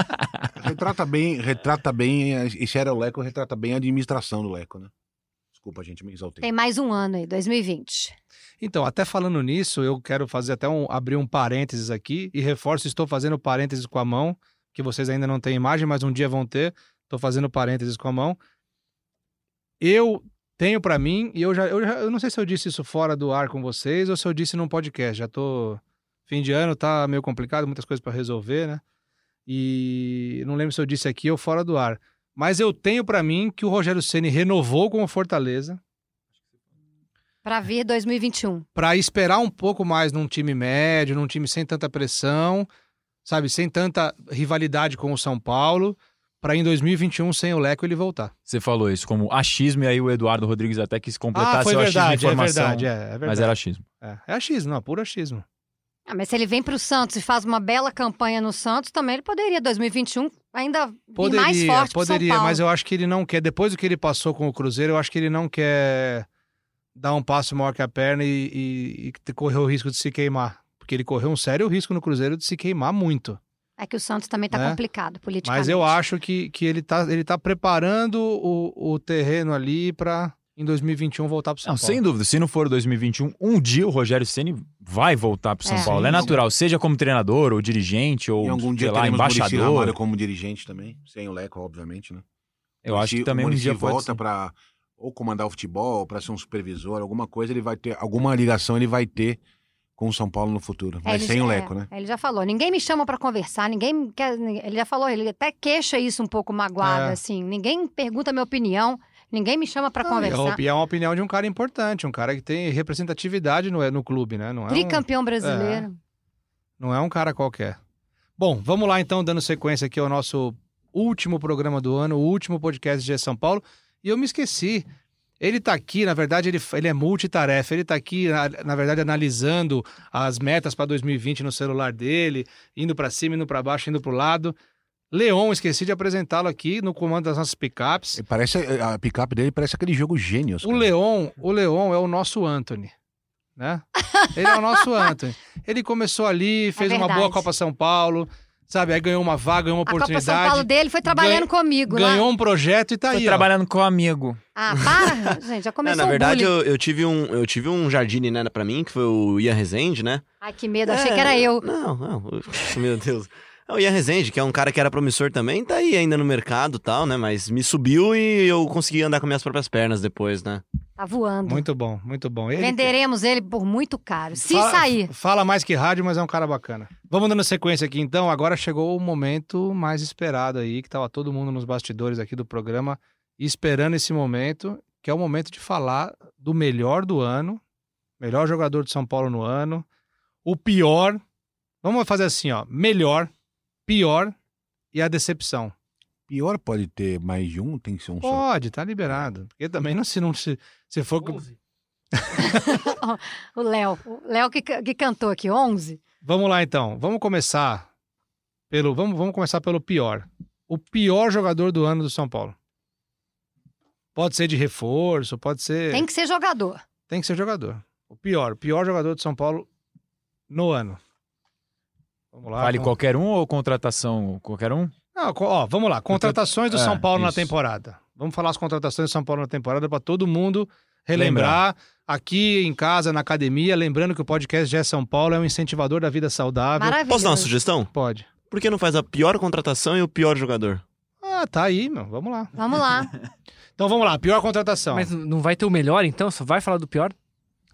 F: Retrata bem, retrata bem. Esse era o Leco, retrata bem a administração do Leco, né? Desculpa, gente, me exaltei.
D: Tem mais um ano aí, 2020.
C: Então, até falando nisso, eu quero fazer até um. abrir um parênteses aqui e reforço, estou fazendo parênteses com a mão, que vocês ainda não têm imagem, mas um dia vão ter. Estou fazendo parênteses com a mão. Eu tenho pra mim, e eu já, eu já. Eu não sei se eu disse isso fora do ar com vocês ou se eu disse num podcast. Já tô. Fim de ano tá meio complicado, muitas coisas pra resolver, né? E não lembro se eu disse aqui ou fora do ar. Mas eu tenho pra mim que o Rogério Ceni renovou com o Fortaleza É.
D: Pra vir 2021.
C: para esperar um pouco mais num time médio, num time sem tanta pressão, sabe, sem tanta rivalidade com o São Paulo, para em 2021 sem o Leco ele voltar.
E: Você falou isso como achismo, e aí o Eduardo Rodrigues até quis completar
C: ah, foi
E: seu achismo de
C: verdade, é
E: informação.
C: verdade, é, é verdade.
E: Mas era achismo.
C: É, é achismo, não, puro achismo.
D: Ah, mas se ele vem pro Santos e faz uma bela campanha no Santos, também ele poderia, 2021, ainda vir
C: Poderia,
D: mais forte pro São
C: poderia,
D: Paulo.
C: mas eu acho que ele não quer. Depois do que ele passou com o Cruzeiro, eu acho que ele não quer dar um passo maior que a perna e, e- e correr o risco de se queimar. Porque ele correu um sério risco no Cruzeiro de se queimar muito.
D: É que o Santos também tá
C: Né?
D: complicado politicamente.
C: Mas eu acho que, que ele, tá, ele tá preparando o, o terreno ali pra em 2021 voltar pro São
E: Não,
C: Paulo.
E: sem dúvida. Se não for 2021, um dia o Rogério Ceni vai voltar pro São
D: É.
E: Paulo.
F: Sim,
E: é
F: sim.
E: natural, seja como treinador ou dirigente ou
F: E algum dia
E: sei lá,
F: teremos Muricy Ramalho
E: embaixador.
F: como dirigente também, sem o Leco, obviamente, né?
E: Eu acho
F: Muricy-
E: que também
F: o
E: um
F: Muricy
E: dia pode
F: volta
E: ser.
F: para ou comandar o futebol, para ser um supervisor, alguma coisa ele vai ter, alguma ligação ele vai ter com o São Paulo no futuro,
D: É,
F: mas
D: ele
F: sem
D: já-
C: um
F: o Leco,
D: é,
F: né?
D: Ele já falou, ninguém me chama pra conversar, ninguém me quer. Ele já falou, ele até queixa isso um pouco magoado,
C: É.
D: assim. Ninguém pergunta minha opinião, ninguém me chama pra
C: E é
D: conversar.
C: op- E é uma opinião de um cara importante, um cara que tem representatividade no, no clube, né? Não é, um,
D: Tricampeão brasileiro.
C: não é um cara qualquer. Bom, vamos lá então, dando sequência aqui ao nosso último programa do ano, o último podcast de São Paulo. E eu me esqueci. Ele tá aqui, na verdade, ele, ele é multitarefa. Ele tá aqui, na, na verdade, analisando as metas para 2020 no celular dele, indo para cima, indo para baixo, indo pro lado. Leon, esqueci de apresentá-lo aqui no comando das nossas picapes.
F: Ele Parece eh, a picape dele parece aquele jogo gênios.
C: O
F: cara.
C: Leon, o Leon é o nosso Anthony, né? Ele é o nosso Anthony. Ele começou ali, fez uma boa
D: É verdade.
C: Copa São Paulo, sabe? Aí ganhou uma vaga, ganhou uma
D: A Copa
C: oportunidade.
D: São Paulo dele foi trabalhando comigo lá.
C: ganhou um projeto e tá
E: Tô
C: aí. ó.
E: trabalhando com um amigo.
D: Ah, para! gente, já
B: É, na
D: começou
B: verdade,
D: o bullying.
B: eu, eu tive um, eu tive um Jardine, né, pra mim, que foi o Ian Rezende, né?
C: É.
D: Ai, que medo, achei que era eu.
B: Não, não. Meu Deus.
A: É o Ian Rezende, que é um cara que era promissor também, tá aí ainda no mercado e tal, né? Mas me subiu e eu consegui andar com minhas próprias pernas depois, né?
D: Tá voando.
C: Muito bom, muito bom. Ele-
D: Venderemos ele por muito caro. Se
C: Fala-
D: sair.
C: Fala mais que rádio, mas é um cara bacana. Vamos dando sequência aqui então. Agora chegou o momento mais esperado aí, que tava todo mundo nos bastidores aqui do programa esperando esse momento, que é o momento de falar do melhor do ano, melhor jogador de São Paulo no ano, o pior. Vamos fazer assim, ó, melhor, pior e a decepção.
F: Pior pode ter mais de um, tem que ser um só.
C: Pode, tá liberado. Porque também não se não se, se for
D: O Léo. O Léo que, ca- que cantou aqui, 11.
C: Vamos lá então. Vamos começar pelo vamos, vamos começar pelo pior. O pior jogador do ano do São Paulo. Pode ser de reforço, pode ser.
D: Tem que ser jogador.
C: Tem que ser jogador. O pior, o pior jogador do São Paulo no ano. Vamos lá.
E: Vale
F: então.
C: vamos...
E: qualquer um ou contratação qualquer um?
C: Não, co- ó, vamos lá. Contratações do
E: É,
C: São Paulo na
E: isso.
C: temporada. Vamos falar as contratações do São Paulo na temporada para todo mundo relembrar. Aqui em casa, na academia, lembrando que o podcast já é São Paulo, é um incentivador da vida saudável.
D: Maravilhoso.
A: Posso dar uma sugestão?
C: Pode.
A: Por que não faz a pior contratação e o pior jogador?
C: Ah, tá aí, meu. Vamos lá.
D: Vamos lá.
C: Então vamos lá, pior contratação.
G: Mas não vai ter o melhor, então? Só vai falar do pior?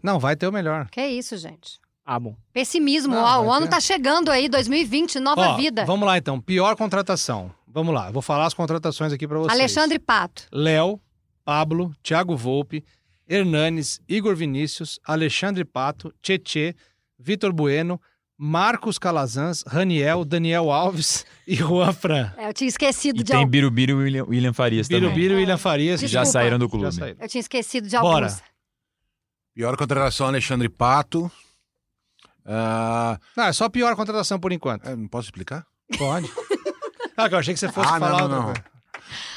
C: Não, vai ter o melhor.
D: Que isso, gente.
G: Ah, bom.
D: Pessimismo.
C: Não,
D: ó, o
C: vai
D: ano
C: ter.
D: tá chegando aí, 2020, nova
C: Ó,
D: vida.
C: Vamos lá então, pior contratação. Vamos lá, eu vou falar as contratações aqui pra vocês.
D: Alexandre Pato.
C: Léo, Pablo, Thiago Volpe, Hernanes, Igor Vinícius, Alexandre Pato, Tietê, Vitor Bueno, Marcos Calazans, Raniel, Daniel Alves e Juan Fran.
D: É, Eu tinha esquecido
E: E
D: de
E: tem
D: algum.
E: Birubiru e William, William Farias também.
C: Birubiru e William Farias.
E: Que
C: que
E: já
D: Desculpa.
E: saíram do
C: Já
E: clube.
C: saíram.
D: Eu tinha esquecido de
C: Bora.
D: alguns.
F: Pior contratação, Alexandre Pato. Ah,
C: Não, é só pior contratação por enquanto.
F: é, não posso explicar?
C: Pode. Ah, que eu achei que você fosse
F: Ah, não,
C: falar
F: não,
C: outra
F: não.
C: coisa.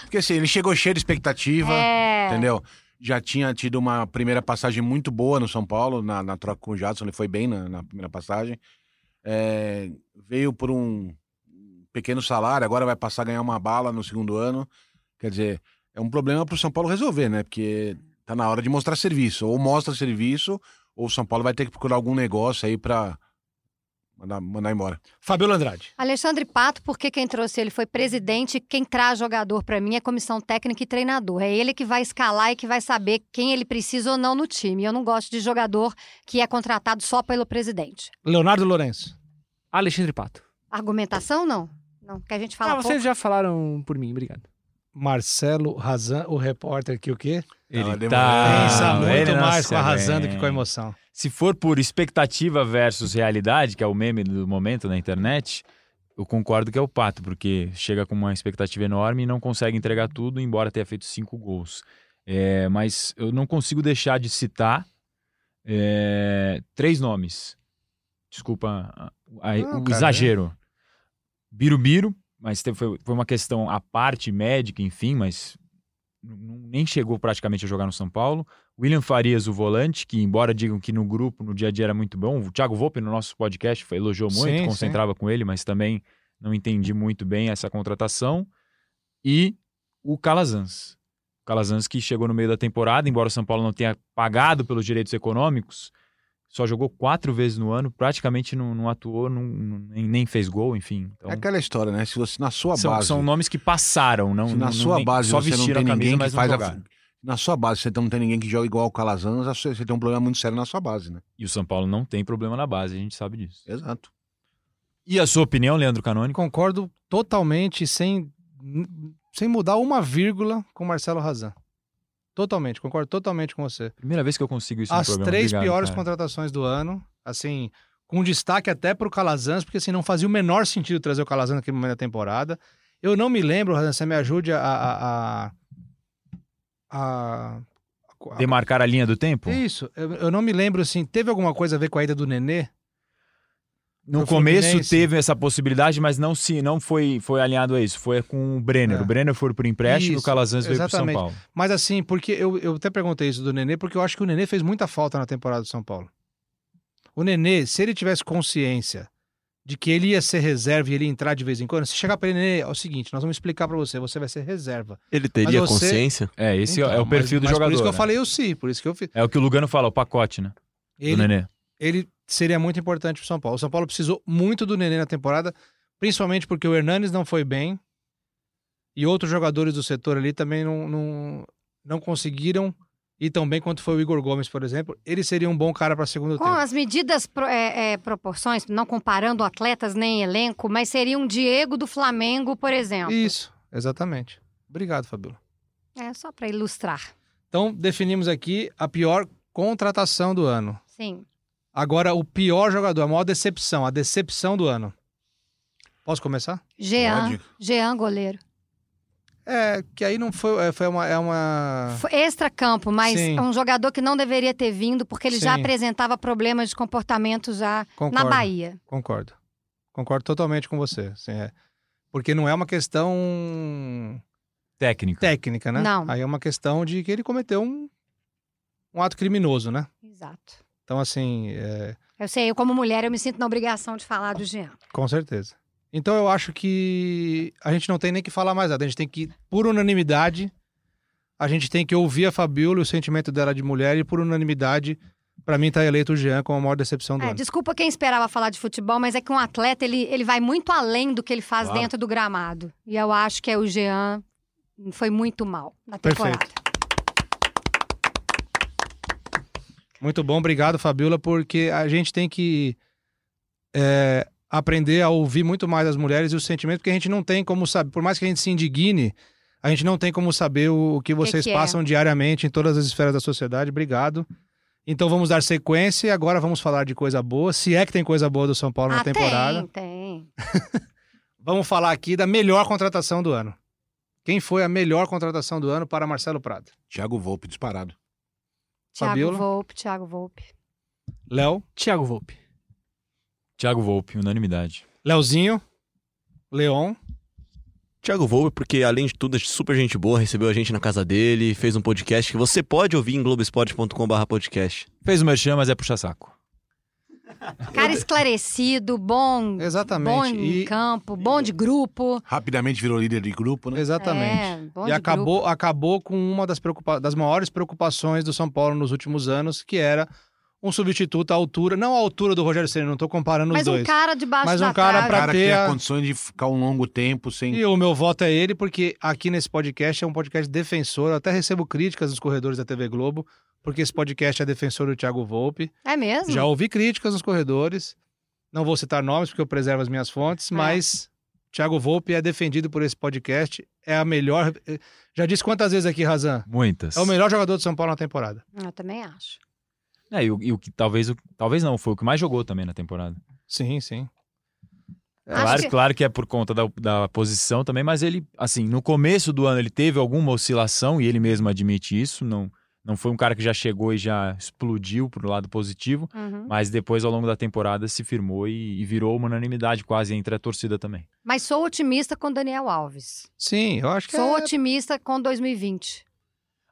F: Porque assim, ele chegou cheio de expectativa.
D: É.
F: Entendeu? Já tinha tido uma primeira passagem muito boa no São Paulo, na, na troca com o Jadson, ele foi bem na, na primeira passagem. É, veio por um pequeno salário, agora vai passar a ganhar uma bala no segundo ano. Quer dizer, é um problema para o São Paulo resolver, né? Porque tá na hora de mostrar serviço. Ou mostra serviço, ou o São Paulo vai ter que procurar algum negócio aí para mandar, mandar embora.
C: Fabiola Andrade.
D: Alexandre Pato, porque quem trouxe ele foi presidente, quem traz jogador pra mim é comissão técnica e treinador. É ele que vai escalar e que vai saber quem ele precisa ou não no time. Eu não gosto de jogador que é contratado só pelo presidente.
C: Leonardo Lourenço.
G: Alexandre Pato.
D: Argumentação não? Não, que a gente fala um
G: ah, vocês
D: pouco.
G: já falaram por mim, obrigado.
C: Marcelo Razan, o repórter que o quê?
F: Ela
E: Ele
F: demorou.
E: tá...
C: Pensa
E: ele
C: muito mais
E: nasce
C: com a razão do que
E: bem.
C: com a emoção.
E: Se for por expectativa versus realidade, que é o meme do momento na internet, eu concordo que é o Pato, porque chega com uma expectativa enorme e não consegue entregar tudo, embora tenha feito cinco gols. É, mas eu não consigo deixar de citar é, três nomes. Desculpa a- a-
C: Não,
E: o
C: cara,
E: exagero. Birubiru, mas teve- foi, foi uma questão à parte médica, enfim, mas n- n- nem chegou praticamente a jogar no São Paulo. William Farias, o volante, que embora digam que no grupo, no dia a dia era muito bom, o Thiago Volpe no nosso podcast foi- elogiou muito,
C: Sim,
E: concentrava com ele, mas também não entendi muito bem essa contratação. E o Calazans. O Calazans que chegou no meio da temporada, embora o São Paulo não tenha pagado pelos direitos econômicos, só jogou quatro vezes no ano, praticamente não, não atuou, não- não- nem, nem fez gol, enfim. Então,
F: É aquela história, né? Se você na sua
E: são,
F: base.
E: são nomes que passaram, não,
F: Se
E: não-
F: na
E: não-
F: sua
E: nem-
F: base
E: só
F: você não tem
E: vestiram a camisa,
F: ninguém que
E: mas não
F: faz a-
E: jogaram.
F: Na sua base, você não tem ninguém que joga igual o Calazans, você você tem um problema muito sério na sua base, né?
E: E o São Paulo não tem problema na base, a gente sabe disso.
F: Exato.
E: E a sua opinião, Leandro Canônico?
C: Concordo totalmente, sem, sem mudar uma vírgula com Marcelo Razan. Totalmente, concordo totalmente com você.
E: Primeira vez que eu consigo isso no
C: As
E: é um programa.
C: três
E: Obrigado,
C: piores
E: cara.
C: contratações do ano, assim, com destaque até pro Calazans, porque assim, não fazia o menor sentido trazer o Calazans naquele momento da temporada. Eu não me lembro, Razan, você me ajude a- a- a- a, a, a
E: Demarcar a linha do tempo?
C: Isso, eu, eu não me lembro assim. Teve alguma coisa a ver com a ida do Nenê?
E: No
C: Pro
E: começo
C: Fluminense.
E: teve essa possibilidade, mas não se não foi, foi alinhado a isso. Foi com o Brenner.
C: É.
E: O Brenner foi por empréstimo e o
C: Isso,
E: Calazans veio pro São
C: exatamente.
E: Paulo.
C: Mas assim, porque eu, eu até perguntei isso do Nenê, porque eu acho que o Nenê fez muita falta na temporada do São Paulo. O Nenê, se ele tivesse consciência de que ele ia ser reserva e ele ia entrar de vez em quando, se chegar pra ele, Nenê, é o seguinte, nós vamos explicar pra você, você vai ser reserva.
A: Ele teria
C: Mas você-
A: consciência?
E: É, esse
C: Então,
E: é o
C: mas-
E: perfil
C: mas
E: do jogador.
C: Por isso que eu
E: né?
C: falei eu sim, por isso que eu fiz.
E: É o que o Lugano fala, o pacote, né? Do
C: Ele
E: Nenê.
C: ele seria muito importante pro São Paulo. O São Paulo precisou muito do Nenê na temporada, Principalmente porque o Hernanes não foi bem e outros jogadores do setor ali também não, não, não conseguiram ir tão bem quanto foi o Igor Gomes, por exemplo. Ele seria um bom cara para segundo
D: Com
C: tempo.
D: as medidas, pro- é, é, proporções, não comparando atletas nem elenco, mas seria um Diego do Flamengo, por exemplo.
C: Isso, exatamente. Obrigado, Fabíola.
D: É só para ilustrar.
C: Então, definimos aqui a pior contratação do ano.
D: Sim.
C: Agora, o pior jogador, a maior decepção, a decepção do ano. Posso começar?
D: Jean,
F: Pode.
D: Jean goleiro.
C: É, que aí não foi. é, foi uma, é uma.
D: Foi Extra campo, mas
C: Sim.
D: é um jogador que não deveria ter vindo porque ele já
C: Sim.
D: apresentava problemas de comportamento já na
C: Concordo.
D: Bahia.
C: Concordo. Concordo totalmente com você. assim, é. Porque não é uma questão
E: Técnico.
C: técnica, né?
D: Não.
C: Aí é uma questão de que ele cometeu um, um ato criminoso, né?
D: Exato.
C: Então, assim, é,
D: Eu sei, eu como mulher eu me sinto na obrigação de falar do Jean.
C: com certeza. Então, eu acho que a gente não tem nem que falar mais nada. A gente tem que, por unanimidade, a gente tem que ouvir a Fabiola, o sentimento dela de mulher, e por unanimidade, pra mim, tá eleito o Jean como a maior decepção do
D: É,
C: ano.
D: desculpa quem esperava falar de futebol, mas é que um atleta ele, ele vai muito além do que ele faz
E: Claro.
D: dentro do gramado. E eu acho que é o Jean foi muito mal na temporada.
C: Muito bom, obrigado, Fabiola, porque a gente tem que é, aprender a ouvir muito mais as mulheres e o sentimento, porque a gente não tem como saber, por mais que a gente se indigne, a gente não tem como saber o, o que vocês
D: que é?
C: passam diariamente em todas as esferas da sociedade. Obrigado. Então vamos dar sequência e agora vamos falar de coisa boa, se é que tem coisa boa do São Paulo na
D: ah,
C: temporada.
D: tem, tem.
C: Vamos falar aqui da melhor contratação do ano. Quem foi a melhor contratação do ano para Marcelo Prado?
F: Thiago Volpe disparado.
D: Thiago
C: Fabiola?
D: Volpe, Thiago Volpe.
C: Léo,
G: Thiago Volpe.
E: Thiago Volpe, unanimidade.
C: Léozinho, Leon.
A: Thiago Volpe, porque além de tudo, é super gente boa, recebeu a gente na casa dele, fez um podcast que você pode ouvir em globesport.com.br podcast.
E: Fez o merchan, mas é puxa-saco.
D: Cara esclarecido, bom, bom
C: Exatamente.
D: em
C: E-
D: campo, bom de grupo.
F: Rapidamente virou líder de grupo, né?
C: Exatamente.
D: É, bom
C: e
D: de
C: acabou, acabou com uma das, preocupa- das maiores preocupações do São Paulo nos últimos anos, que era um substituto à altura, não à altura do Rogério Ceni, não tô comparando
D: Mas
C: os dois.
D: um cara debaixo
C: Mas
D: da
C: um cara
F: O
D: trave.
C: pra
F: cara
C: ter
F: que tem
C: a-
F: a condições de ficar um longo tempo sem.
C: E o meu voto é ele, porque aqui nesse podcast é um podcast defensor, eu até recebo críticas dos corredores da TV Globo, porque esse podcast é defensor do Thiago Volpe.
D: É mesmo?
C: Já ouvi críticas nos corredores, não vou citar nomes porque eu preservo as minhas fontes,
D: É.
C: mas Thiago Volpe é defendido por esse podcast, é a melhor... Já disse quantas vezes aqui, Razan?
E: Muitas.
C: É o melhor jogador do São Paulo na temporada.
D: Eu também acho.
E: É, e o, e o que talvez, o- talvez não, foi o que mais jogou também na temporada.
C: Sim, sim.
D: Acho
E: Claro,
D: que-
E: claro que é por conta da, da posição também, mas ele, assim, no começo do ano ele teve alguma oscilação e ele mesmo admite isso. Não, não foi um cara que já chegou e já explodiu pro lado positivo,
D: Uhum.
E: mas depois ao longo da temporada se firmou e, e virou uma unanimidade quase entre a torcida também.
D: Mas sou otimista com Daniel Alves.
C: Sim, eu acho que
D: Sou
C: é...
D: otimista com 2020.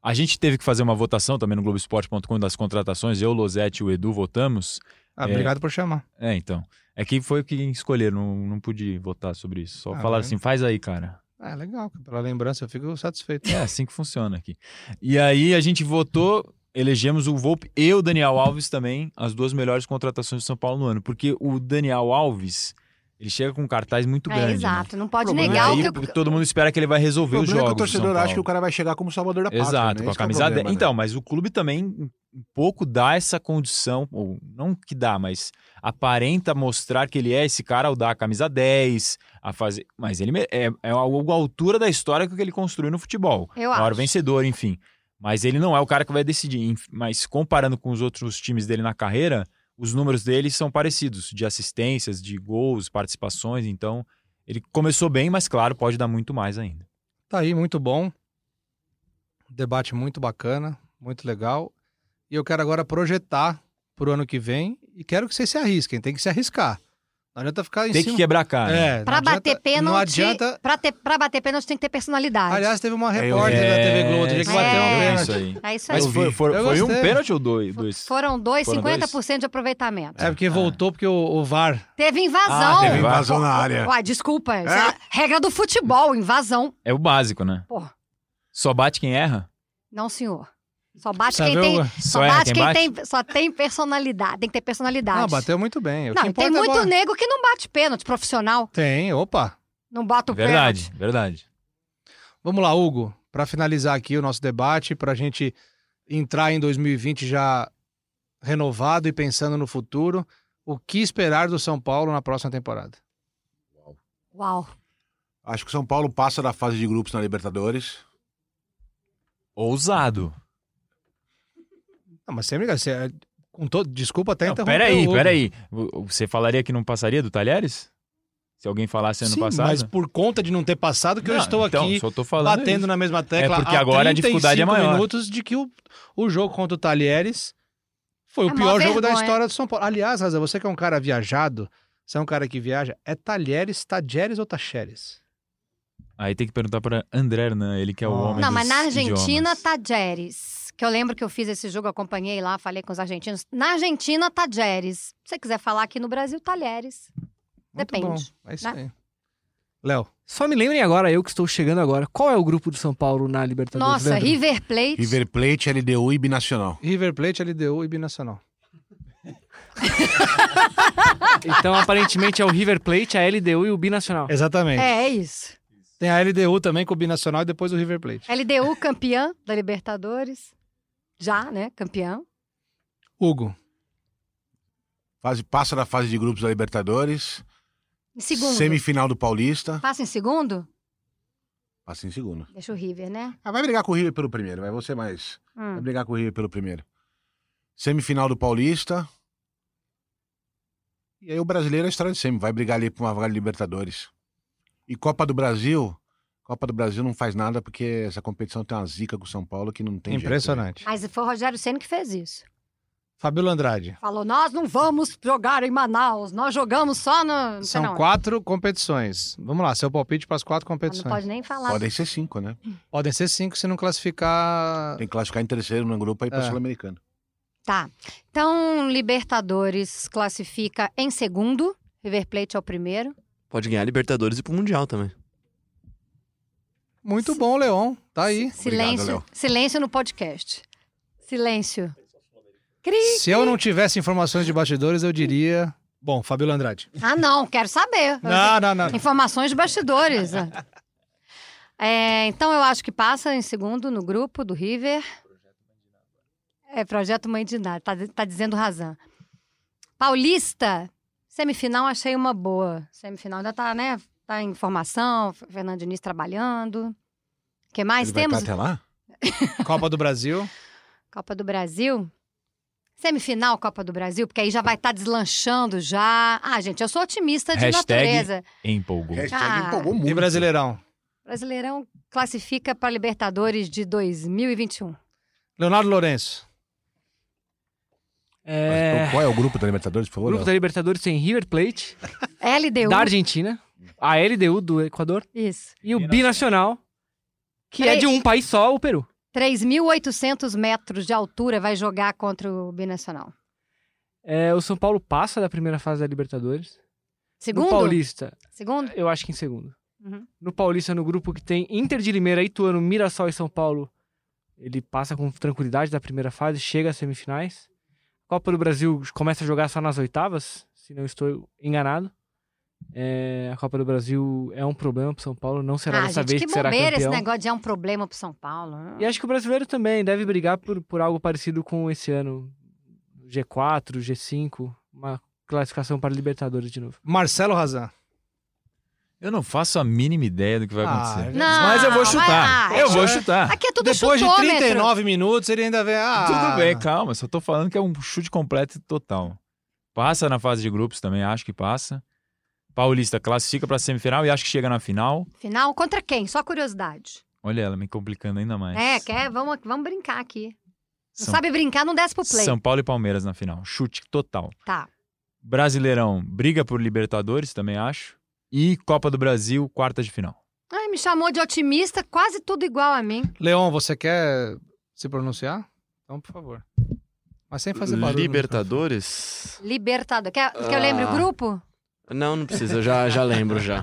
E: A gente teve que fazer uma votação também no Globoesporte.com das contratações. Eu, Losetti e o Edu votamos.
C: Ah, obrigado por chamar.
E: É, então. É que foi o que escolheram, não, não pude votar sobre isso. Só
C: Ah,
E: falaram
C: mas-
E: assim, faz aí, cara.
C: Ah, legal. Pela lembrança, eu fico satisfeito.
E: É assim que funciona aqui. E aí a gente votou, elegemos o Volpe e o Daniel Alves também, as duas melhores contratações do São Paulo no ano. Porque o Daniel Alves, ele chega com um cartaz muito
D: É,
E: grande. né?
D: exato. Não pode
F: O problema
D: negar
E: e aí,
D: o que...
E: porque todo mundo espera que ele vai
F: O
E: resolver os
F: problema é que
E: jogos.
F: o
E: do São
F: torcedor acha que
E: Paulo.
F: o cara vai chegar como salvador da pátria.
E: Exato,
F: né? Esse
E: com a
F: que é o
E: camisa
F: problema,
E: 10. Então, mas o clube também um pouco dá essa condição, ou não que dá, mas aparenta mostrar que ele é esse cara ao dar a camisa 10, a fazer. Mas ele me- é, é algo à altura da história que ele construiu no futebol.
D: Eu
E: maior
D: acho.
E: vencedor, enfim. Mas ele não é o cara que vai decidir. Enf- Mas comparando com os outros times dele na carreira, os números dele são parecidos, de assistências, de gols, participações. Então, ele começou bem, mas claro, pode dar muito mais ainda.
C: Tá aí, muito bom. Um Debate muito bacana, muito legal. E eu quero agora projetar pro ano que vem e quero que vocês se arrisquem. Tem que se arriscar. Não adianta ficar em
E: Tem que
C: cima.
E: quebrar a cara.
C: É, não
D: Pra
C: adianta-
D: bater pênalti...
C: Não adianta...
D: Pra, ter, pra bater pênalti tem que ter personalidade.
C: Aliás, teve uma
F: eu vi.
C: repórter da TV Globo outro dia que
D: É,
C: bateu
D: eu
C: um
D: vi
C: pênalti.
E: Isso aí.
D: é isso aí.
E: Mas
F: Eu
E: foi,
F: vi.
E: foi-
C: Eu
E: foi um
C: gostei.
E: pênalti ou dois? dois?
D: Foram dois,
E: Foram
D: 50% de aproveitamento.
C: É porque voltou porque o, o VAR...
D: Teve invasão.
E: Ah,
F: Teve
E: teve Vai.
F: invasão na área.
D: Uai, desculpa. isso é Regra do futebol, invasão.
E: É o básico, né?
D: Porra.
E: Só bate quem erra?
D: Não, senhor. Só bate
C: Sabe
D: quem tem.
C: o-
D: Só
E: erra
D: bate
E: quem
D: quem tem. Só tem personalidade. Tem que ter personalidade.
C: Ah, bateu muito bem. O que
D: Não, e
C: importa
D: tem
C: é a
D: muito
C: bola.
D: nego que não bate pênalti, profissional.
C: Tem, opa.
D: Não bota o
E: Verdade,
D: pênalti.
E: verdade.
C: Vamos lá, Hugo, para finalizar aqui o nosso debate, para a gente entrar em 2020 já renovado e pensando no futuro, o que esperar do São Paulo na próxima temporada?
D: Uau.
F: Acho que o São Paulo passa da fase de grupos na Libertadores.
E: Ousado.
C: Não, mas sem brigar, você, é, com todo, desculpa até
E: Não,
C: interromper. o
E: peraí,
C: Hugo.
E: peraí. O- o- Você falaria que não passaria do Talheres? Se alguém falasse ano
C: Sim,
E: passado?
C: mas por conta de não ter passado que eu
E: Não,
C: estou
E: então,
C: aqui
E: só tô falando
C: batendo
E: isso.
C: na mesma tecla
E: É porque
C: há
E: agora a dificuldade é
C: 35
E: maior.
C: minutos de que o, o jogo contra o Talheres foi
D: É a
C: o pior
D: maior
C: jogo da
D: vergonha.
C: história do São Paulo. Aliás, Raza, você que é um cara viajado, você é um cara que viaja, é Talheres, Tadjeres ou Tacheres?
E: Aí tem que perguntar pra André Hernan, ele que é o
C: Ah.
E: homem
D: Não,
E: dos
D: mas na Argentina, tá-
E: idiomas.
D: Tajeres. Que eu lembro que eu fiz esse jogo, acompanhei lá, falei com os argentinos. Na Argentina, Tajeres. Se você quiser falar aqui no Brasil, tá Talheres.
C: Muito
D: Depende,
C: Bom. É isso
D: né?
C: aí. Léo,
G: Só me lembrem agora, eu que estou chegando agora, qual é o grupo do São Paulo na
C: Tá
G: Libertadores?
D: Nossa,
G: Leandro?
D: River Plate.
F: River Plate, LDU e Binacional.
C: River Plate, LDU e Binacional.
G: Então, aparentemente, é o River Plate, a LDU e o Binacional.
C: Exatamente.
D: É, é isso.
C: Tem a LDU também com o Binacional e depois o River Plate.
D: LDU campeã da Libertadores. Já, né? Campeão.
C: Hugo,
F: Fase, passa da fase de grupos da Libertadores.
D: Em segundo.
F: Semifinal do Paulista.
D: Passa em segundo?
F: Passa em segundo.
D: Deixa o River, né?
F: Ah, vai brigar com o River pelo primeiro, vai você mais. Vai
C: É.
D: Hum.
F: brigar com o River pelo primeiro. Semifinal do Paulista. E aí o brasileiro é história de semi. Vai brigar ali por uma vaga de Libertadores. E Copa do Brasil. Copa do Brasil não faz nada porque essa competição tem uma zica com o São Paulo que não tem jeito, né?
C: impressionante.
D: Mas foi o Rogério Senna que fez isso.
C: Fabíola Andrade.
D: Falou, nós não vamos jogar em Manaus, nós jogamos só no... não sei
C: São
D: não. Ah,
C: quatro competições. Vamos lá, seu palpite para as quatro
D: Não
C: competições.
D: pode nem falar.
F: Podem ser cinco, né?
C: Podem ser cinco se não classificar.
F: Tem que classificar em terceiro no grupo aí para
C: É.
F: Sul-Americano.
D: Tá. Então, Libertadores classifica em segundo. River Plate é o primeiro.
A: Pode ganhar Libertadores e ir pro Mundial também.
C: Muito bom, Leon. Tá aí.
D: Silêncio,
F: Léo.
D: silêncio no podcast. Silêncio. Cri.
C: Se eu não tivesse informações de bastidores, eu diria. Bom, Fabíola Andrade.
D: Ah, não, quero saber.
C: Não, não, não.
D: Informações de bastidores. É, então eu acho que passa em segundo no grupo do River. É Projeto Mãe de Nada, tá, tá dizendo razão. Paulista, semifinal achei uma boa. Semifinal ainda tá, né? Tá em formação, Fernando Diniz trabalhando. O que mais
F: Ele vai tá
D: temos? Ah.
F: estar até lá?
C: Copa do Brasil.
D: Copa do Brasil. Semifinal Copa do Brasil, porque aí já vai estar deslanchando já. Ah, gente, eu sou otimista de
E: Hashtag-
D: natureza.
E: Empolgou.
F: Hashtag empolgou
C: E
F: muito.
C: Brasileirão.
D: Brasileirão classifica para Libertadores de 2021.
C: Leonardo Lourenço.
F: Mas
G: É...
F: Qual é o grupo da Libertadores, por
G: O
F: favor?
G: grupo da Libertadores tem River Plate,
D: LDU.
G: da Argentina, a LDU do Equador
D: Isso.
G: e o Binacional, que é
D: Peraí.
G: de um país só, o Peru.
D: 3.800 metros de altura vai jogar contra o Binacional.
G: É, o São Paulo passa da primeira fase da Libertadores. No
D: Segundo?
G: Paulista,
D: Segundo?
G: eu acho que em segundo.
D: Uhum.
G: No Paulista, no grupo que tem Inter de Limeira, Ituano, Mirassol e São Paulo, ele passa com tranquilidade da primeira fase, chega às semifinais. Copa do Brasil começa a jogar só nas oitavas, se não estou enganado. É, a Copa do Brasil é um problema pro São Paulo, não será
D: ah,
G: dessa
D: gente,
G: vez
D: que
G: que, será campeão.
D: bobeira esse negócio de é um problema pro São Paulo. né?
G: E acho que o brasileiro também deve brigar por, por algo parecido com esse ano. G4, G5, uma classificação para Libertadores de novo.
C: Marcelo Razan.
E: Eu não faço a mínima ideia do que vai
C: Ah,
E: acontecer.
C: gente.
E: mas eu
D: Não,
E: vou chutar.
D: Ah, vai.
E: Eu vou chutar.
D: Aqui é tudo
C: Depois de
D: chutômetro.
C: 39 minutos, ele ainda vem. Ah,
E: Tudo bem, calma. Só tô falando que é um chute completo e total. Passa na fase de grupos também, acho que passa. Paulista classifica pra semifinal e acho que chega na final.
D: Final contra quem? Só curiosidade.
E: Olha ela me complicando ainda mais.
D: É, quer? Vamos, vamos brincar aqui. Não
E: São-
D: sabe brincar, não desce pro play.
E: São Paulo e Palmeiras na final. Chute total.
D: Tá.
E: Brasileirão briga por Libertadores, também acho. E Copa do Brasil, quartas de final.
D: Ai, me chamou de otimista, quase tudo igual a mim.
C: Leon, você quer se pronunciar? Então, por favor. Mas sem fazer barulho. né?
A: Libertadores?
D: Libertador. Quer, quer que eu lembre o
A: Ah.
D: grupo?
A: Não, não precisa, eu já, já lembro já.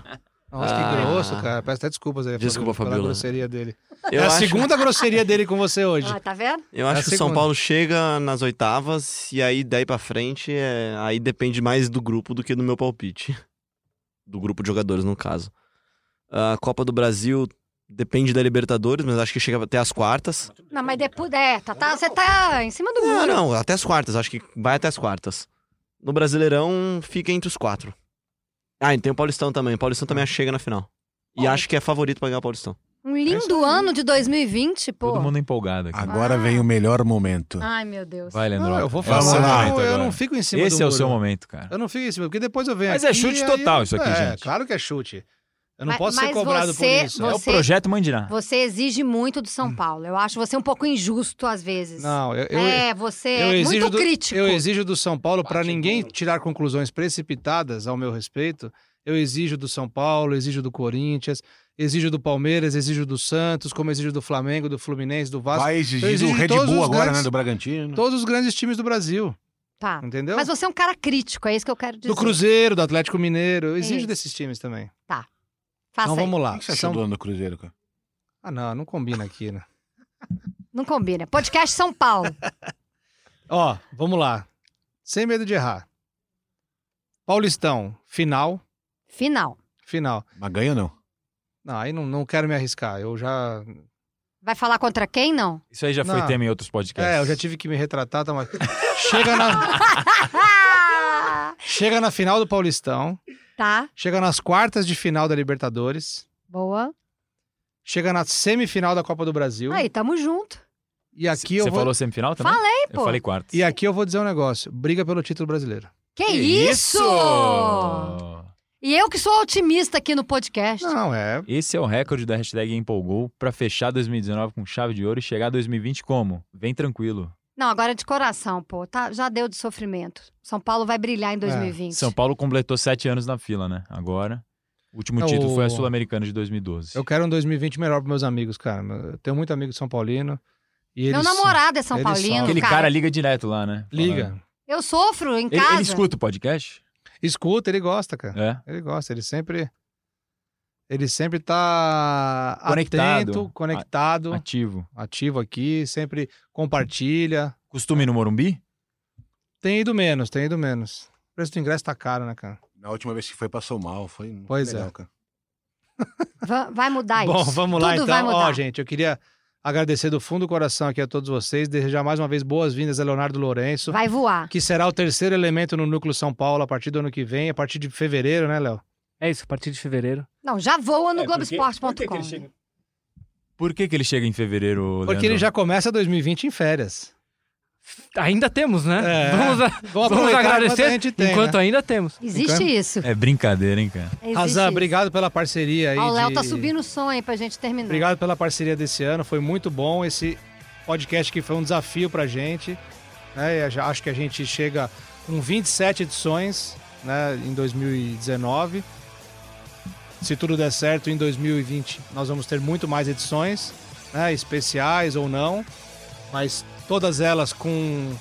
C: Nossa,
A: Ah,
C: que Celso, cara. Peço até desculpas aí.
A: Desculpa,
C: Fabiola,
A: Fabiola.
C: Pela grosseria dele.
A: Eu
C: é a
A: acho,
C: segunda grosseria dele com você hoje.
D: Ah, tá vendo?
A: eu
C: é a
A: acho que o São
C: segunda.
A: Paulo chega nas oitavas e aí daí pra frente, é, aí depende mais do grupo do que do meu palpite. Do grupo de jogadores, no caso. A Copa do Brasil depende da Libertadores, mas acho que chega até as quartas.
D: Não, mas depois. É, tá, tá, você tá em cima do
A: Não,
D: muro.
A: não, até as quartas, acho que vai até as quartas. No Brasileirão fica entre os quatro. Ah, e tem o Paulistão também. O Paulistão
C: Ah.
A: também acho que chega na final. E acho que é favorito pra ganhar o Paulistão.
D: Um lindo
C: é
D: ano de 2020, pô.
E: Todo mundo empolgado aqui.
F: Agora vem o melhor momento.
C: Ah.
D: Ai, meu Deus.
E: Vai, Leandro.
C: Não, eu vou
E: É o seu
C: falar.
E: momento
C: não, eu
E: agora.
C: não fico em cima do
E: Esse é o
C: muro.
E: seu momento, cara.
C: Eu não fico em cima, porque depois eu venho
E: Mas
C: aqui
E: é chute
C: e aí-
E: total isso aqui,
C: é,
E: gente.
C: claro que é chute. Eu não
D: Mas-
C: posso ser
D: mas
C: cobrado
D: você-
C: por isso.
E: É o
D: você-
E: projeto Mandiná.
D: Você exige muito do São Paulo. Eu acho você um pouco injusto às vezes.
C: Não, eu, eu,
D: é, você
C: eu
D: é
C: exijo
D: muito
C: do,
D: crítico.
C: Eu exijo do São Paulo, para ninguém tirar conclusões precipitadas ao meu respeito, eu exijo do São Paulo, exijo do Corinthians, exijo do Palmeiras, exijo do Santos, como exijo do Flamengo, do Fluminense, do Vasco,
F: Vai
C: eu
F: exigir
C: exijo
F: do Red
C: todos
F: Bull
C: os
F: agora,
C: grandes-
F: né? Do Bragantino.
C: todos os grandes times do Brasil,
D: Tá.
C: entendeu?
D: Mas você é um cara crítico, é isso que eu quero dizer.
C: do Cruzeiro, do Atlético Mineiro, eu exijo
D: Isso.
C: desses times também.
D: Faça
C: então
D: aí.
C: vamos
F: O
C: lá.
F: que você achou
C: São-
F: do ano do Cruzeiro, cara?
C: Ah, não, não combina aqui, né?
D: Não combina. Podcast São Paulo.
C: Ó, vamos lá. Sem medo de errar. Paulistão, final,
D: Final.
C: final.
F: Mas ganha ou não?
C: Não, aí não, não quero me arriscar. Eu já.
D: Vai falar contra quem, não?
E: Isso aí já foi
C: Não.
E: tema em outros podcasts.
C: É, eu já tive que me retratar, tá? Mas... chega, na,
D: Ah!
C: chega na final do Paulistão,
D: tá.
C: chega nas quartas de final da Libertadores,
D: Boa.
C: chega na semifinal da Copa do Brasil.
D: Aí, tamo junto.
C: E aqui eu
E: Você
C: vou.
E: falou semifinal também?
D: Falei,
E: Eu
D: pô.
E: falei quarto.
C: E aqui eu vou dizer um negócio: briga pelo título brasileiro.
D: Que, isso? E eu que sou otimista aqui no podcast.
C: Não, é.
E: Esse é o recorde da hashtag empolgou pra fechar 2019 com chave de ouro e chegar a 2020 como? Vem tranquilo.
D: Não, agora é de coração, pô. Tá, já deu de sofrimento. São Paulo vai
C: É,
D: brilhar em 2020.
E: São Paulo completou sete anos na fila, né? Agora. O último
C: Não,
E: título
C: É o-
E: foi a Sul-Americana de 2012.
C: Eu quero um 2020 melhor pros meus amigos, cara. Eu tenho muito amigo de São Paulino. E
D: Meu
C: eles...
D: namorado é São
C: eles
D: Paulino.
C: são.
E: Aquele cara...
D: cara
E: liga direto lá, né? Falando.
C: Liga.
D: Eu sofro em
E: Ele,
D: casa.
E: ele escuta o podcast?
C: Escuta, ele gosta, cara.
E: É.
C: Ele gosta, ele sempre. Ele sempre tá
E: Conectado.
C: atento, conectado,
E: Ativo.
C: ativo aqui, sempre compartilha.
E: Costume no Morumbi?
C: Tem ido menos, tem ido menos. O preço do ingresso tá caro, né, cara?
F: Na última vez que foi, passou mal. Foi
C: Pois
F: legal,
C: é.
F: cara.
D: Va- Vai mudar isso.
C: Bom, vamos lá
D: Tudo Vai
C: então.
D: mudar.
C: Ó, gente, eu queria agradecer do fundo do coração aqui a todos vocês, desejar mais uma vez boas-vindas a Leonardo Lourenço,
D: Vai voar.
C: que será o terceiro elemento no Núcleo São Paulo a partir do ano que vem, a partir de fevereiro, né, Léo?
G: É isso, a partir de fevereiro.
D: Não, já voa no
H: É, porque- por que que ele
D: Globoesporte.com.
H: chega-
E: Por que, que ele chega em fevereiro,
C: Porque ele já começa 2020 em férias.
G: Ainda temos, né?
C: É.
G: Vamos, a-
C: Vamos
G: vamos
C: aproveitar
G: agradecer
C: enquanto a gente tem,
G: enquanto
C: né?
G: ainda temos.
D: Existe
C: Encan-
D: isso.
E: É brincadeira, hein, cara?
D: Existe
C: Razan,
D: isso.
C: obrigado pela parceria aí.
D: Ó, o Léo tá
C: de-
D: subindo o som aí pra gente terminar.
C: Obrigado pela parceria desse ano, foi muito bom esse podcast que foi um desafio pra gente. né? E eu já- Acho que a gente chega com 27 edições né, em 2019. Se tudo der certo, em 2020 nós vamos ter muito mais edições, né, especiais ou não, mas todas elas com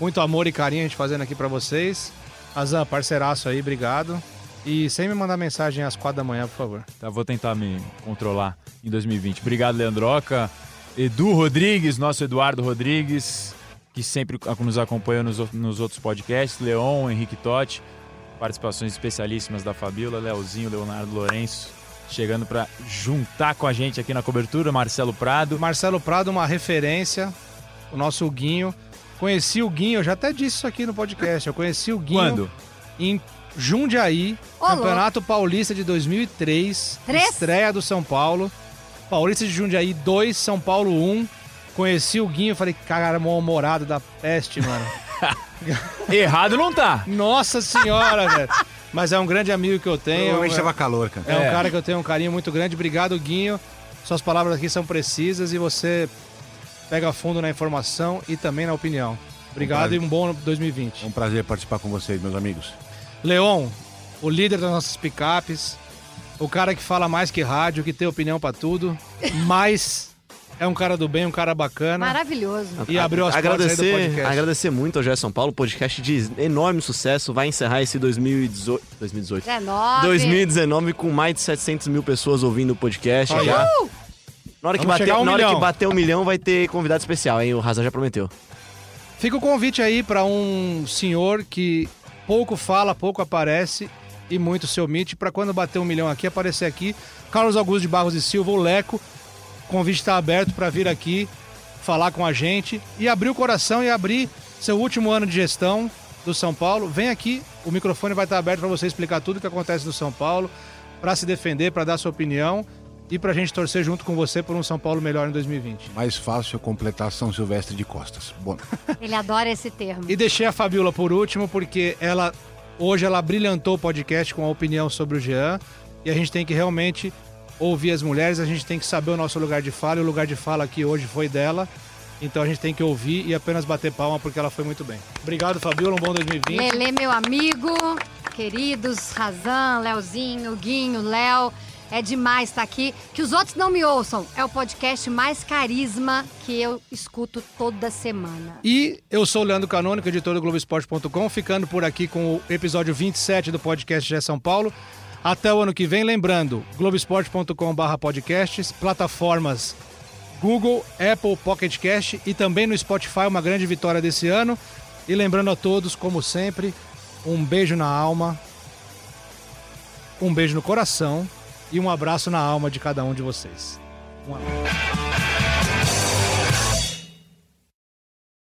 C: muito amor e carinho a gente fazendo aqui pra vocês. Azan, parceiraço aí, obrigado. E sem me mandar mensagem às quatro da manhã, por favor.
E: Tá, vou tentar me controlar em 2020. Obrigado, Leandroca. Edu Rodrigues, nosso Eduardo Rodrigues, que sempre ac- nos acompanha nos, o- nos outros podcasts. Leon, Henrique Totti, participações especialíssimas da Fabíola, Leozinho, Leonardo Lourenço, chegando pra juntar com a gente aqui na cobertura. Marcelo Prado.
C: Marcelo Prado, uma referência, o nosso Guinho. Conheci o Guinho, eu já até disse isso aqui no podcast. Eu conheci o Guinho
E: Quando?
C: em Jundiaí,
D: Ô, louco.
C: Campeonato Paulista de 2003,
D: Três?
C: estreia do São Paulo. Paulista de Jundiaí 2, São Paulo 1. Conheci o Guinho, falei, cara, mal-humorado da peste, mano.
E: Errado não tá.
C: Nossa senhora, velho. Mas é um grande amigo que eu tenho.
F: Provavelmente
C: é-
F: tava calor, cara.
C: é um
E: É.
C: cara que eu tenho um carinho muito grande. Obrigado, Guinho. Suas palavras aqui são precisas e você pega fundo na informação e também na opinião. Obrigado e um bom
F: É um
C: 2020.
F: prazer participar com vocês, meus amigos.
C: Leon, o líder das nossas picapes, o cara que fala mais que rádio, que tem opinião pra tudo, mas É um cara do bem, um cara bacana.
D: Maravilhoso.
C: E abriu as portas aí do
A: agradecer,
C: podcast.
A: Agradecer muito ao GE São Paulo, podcast de enorme sucesso. Vai encerrar esse 2018. 2018.
D: 19.
A: 2019 com mais de 700 mil pessoas ouvindo o podcast.
C: Olha.
A: já. Na hora,
C: Vamos
A: que bater,
C: chegar a um
A: na hora
C: milhão.
A: que bater um milhão vai ter convidado especial, hein? O Razan já prometeu.
C: Fica o convite aí pra um senhor que pouco fala, pouco aparece e muito se omite Pra quando bater um milhão aqui, aparecer aqui. Carlos Augusto de Barros e Silva, o Leco. O convite tá aberto pra vir aqui falar com a gente e abrir o coração e abrir seu último ano de gestão do São Paulo. Vem aqui, o microfone vai estar aberto pra você explicar tudo o que acontece no São Paulo, pra se defender, pra dar sua opinião e pra gente torcer junto com você por um São Paulo melhor em 2020.
F: Mais fácil eu completar São Silvestre de Costas. Bom,
D: Ele adora esse termo.
C: E deixei a Fabiola por último, porque ela hoje ela brilhantou o podcast com a opinião sobre o Jean. E a gente tem que realmente ouvir as mulheres, a gente tem que saber o nosso lugar de fala, e o lugar de fala aqui hoje foi dela. Então a gente tem que ouvir e apenas bater palma porque ela foi muito bem. Obrigado, Fabiola. Um bom 2020.
D: Lele, meu amigo, queridos, Razan, Leozinho, Guinho, Léo. É demais estar aqui. Que os outros não me ouçam. É o podcast mais carisma que eu escuto toda semana.
C: E eu sou o Leandro Canônico, editor do Globoesporte.com, ficando por aqui com o episódio 27 do podcast GE São Paulo. Até o ano que vem, lembrando, globoesporte.com.br podcasts, plataformas Google, Apple, Pocket Cast e também no Spotify, uma grande vitória desse ano. E lembrando a todos, como sempre, um beijo na alma, um beijo no coração e um abraço na alma de cada um de vocês. Um abraço.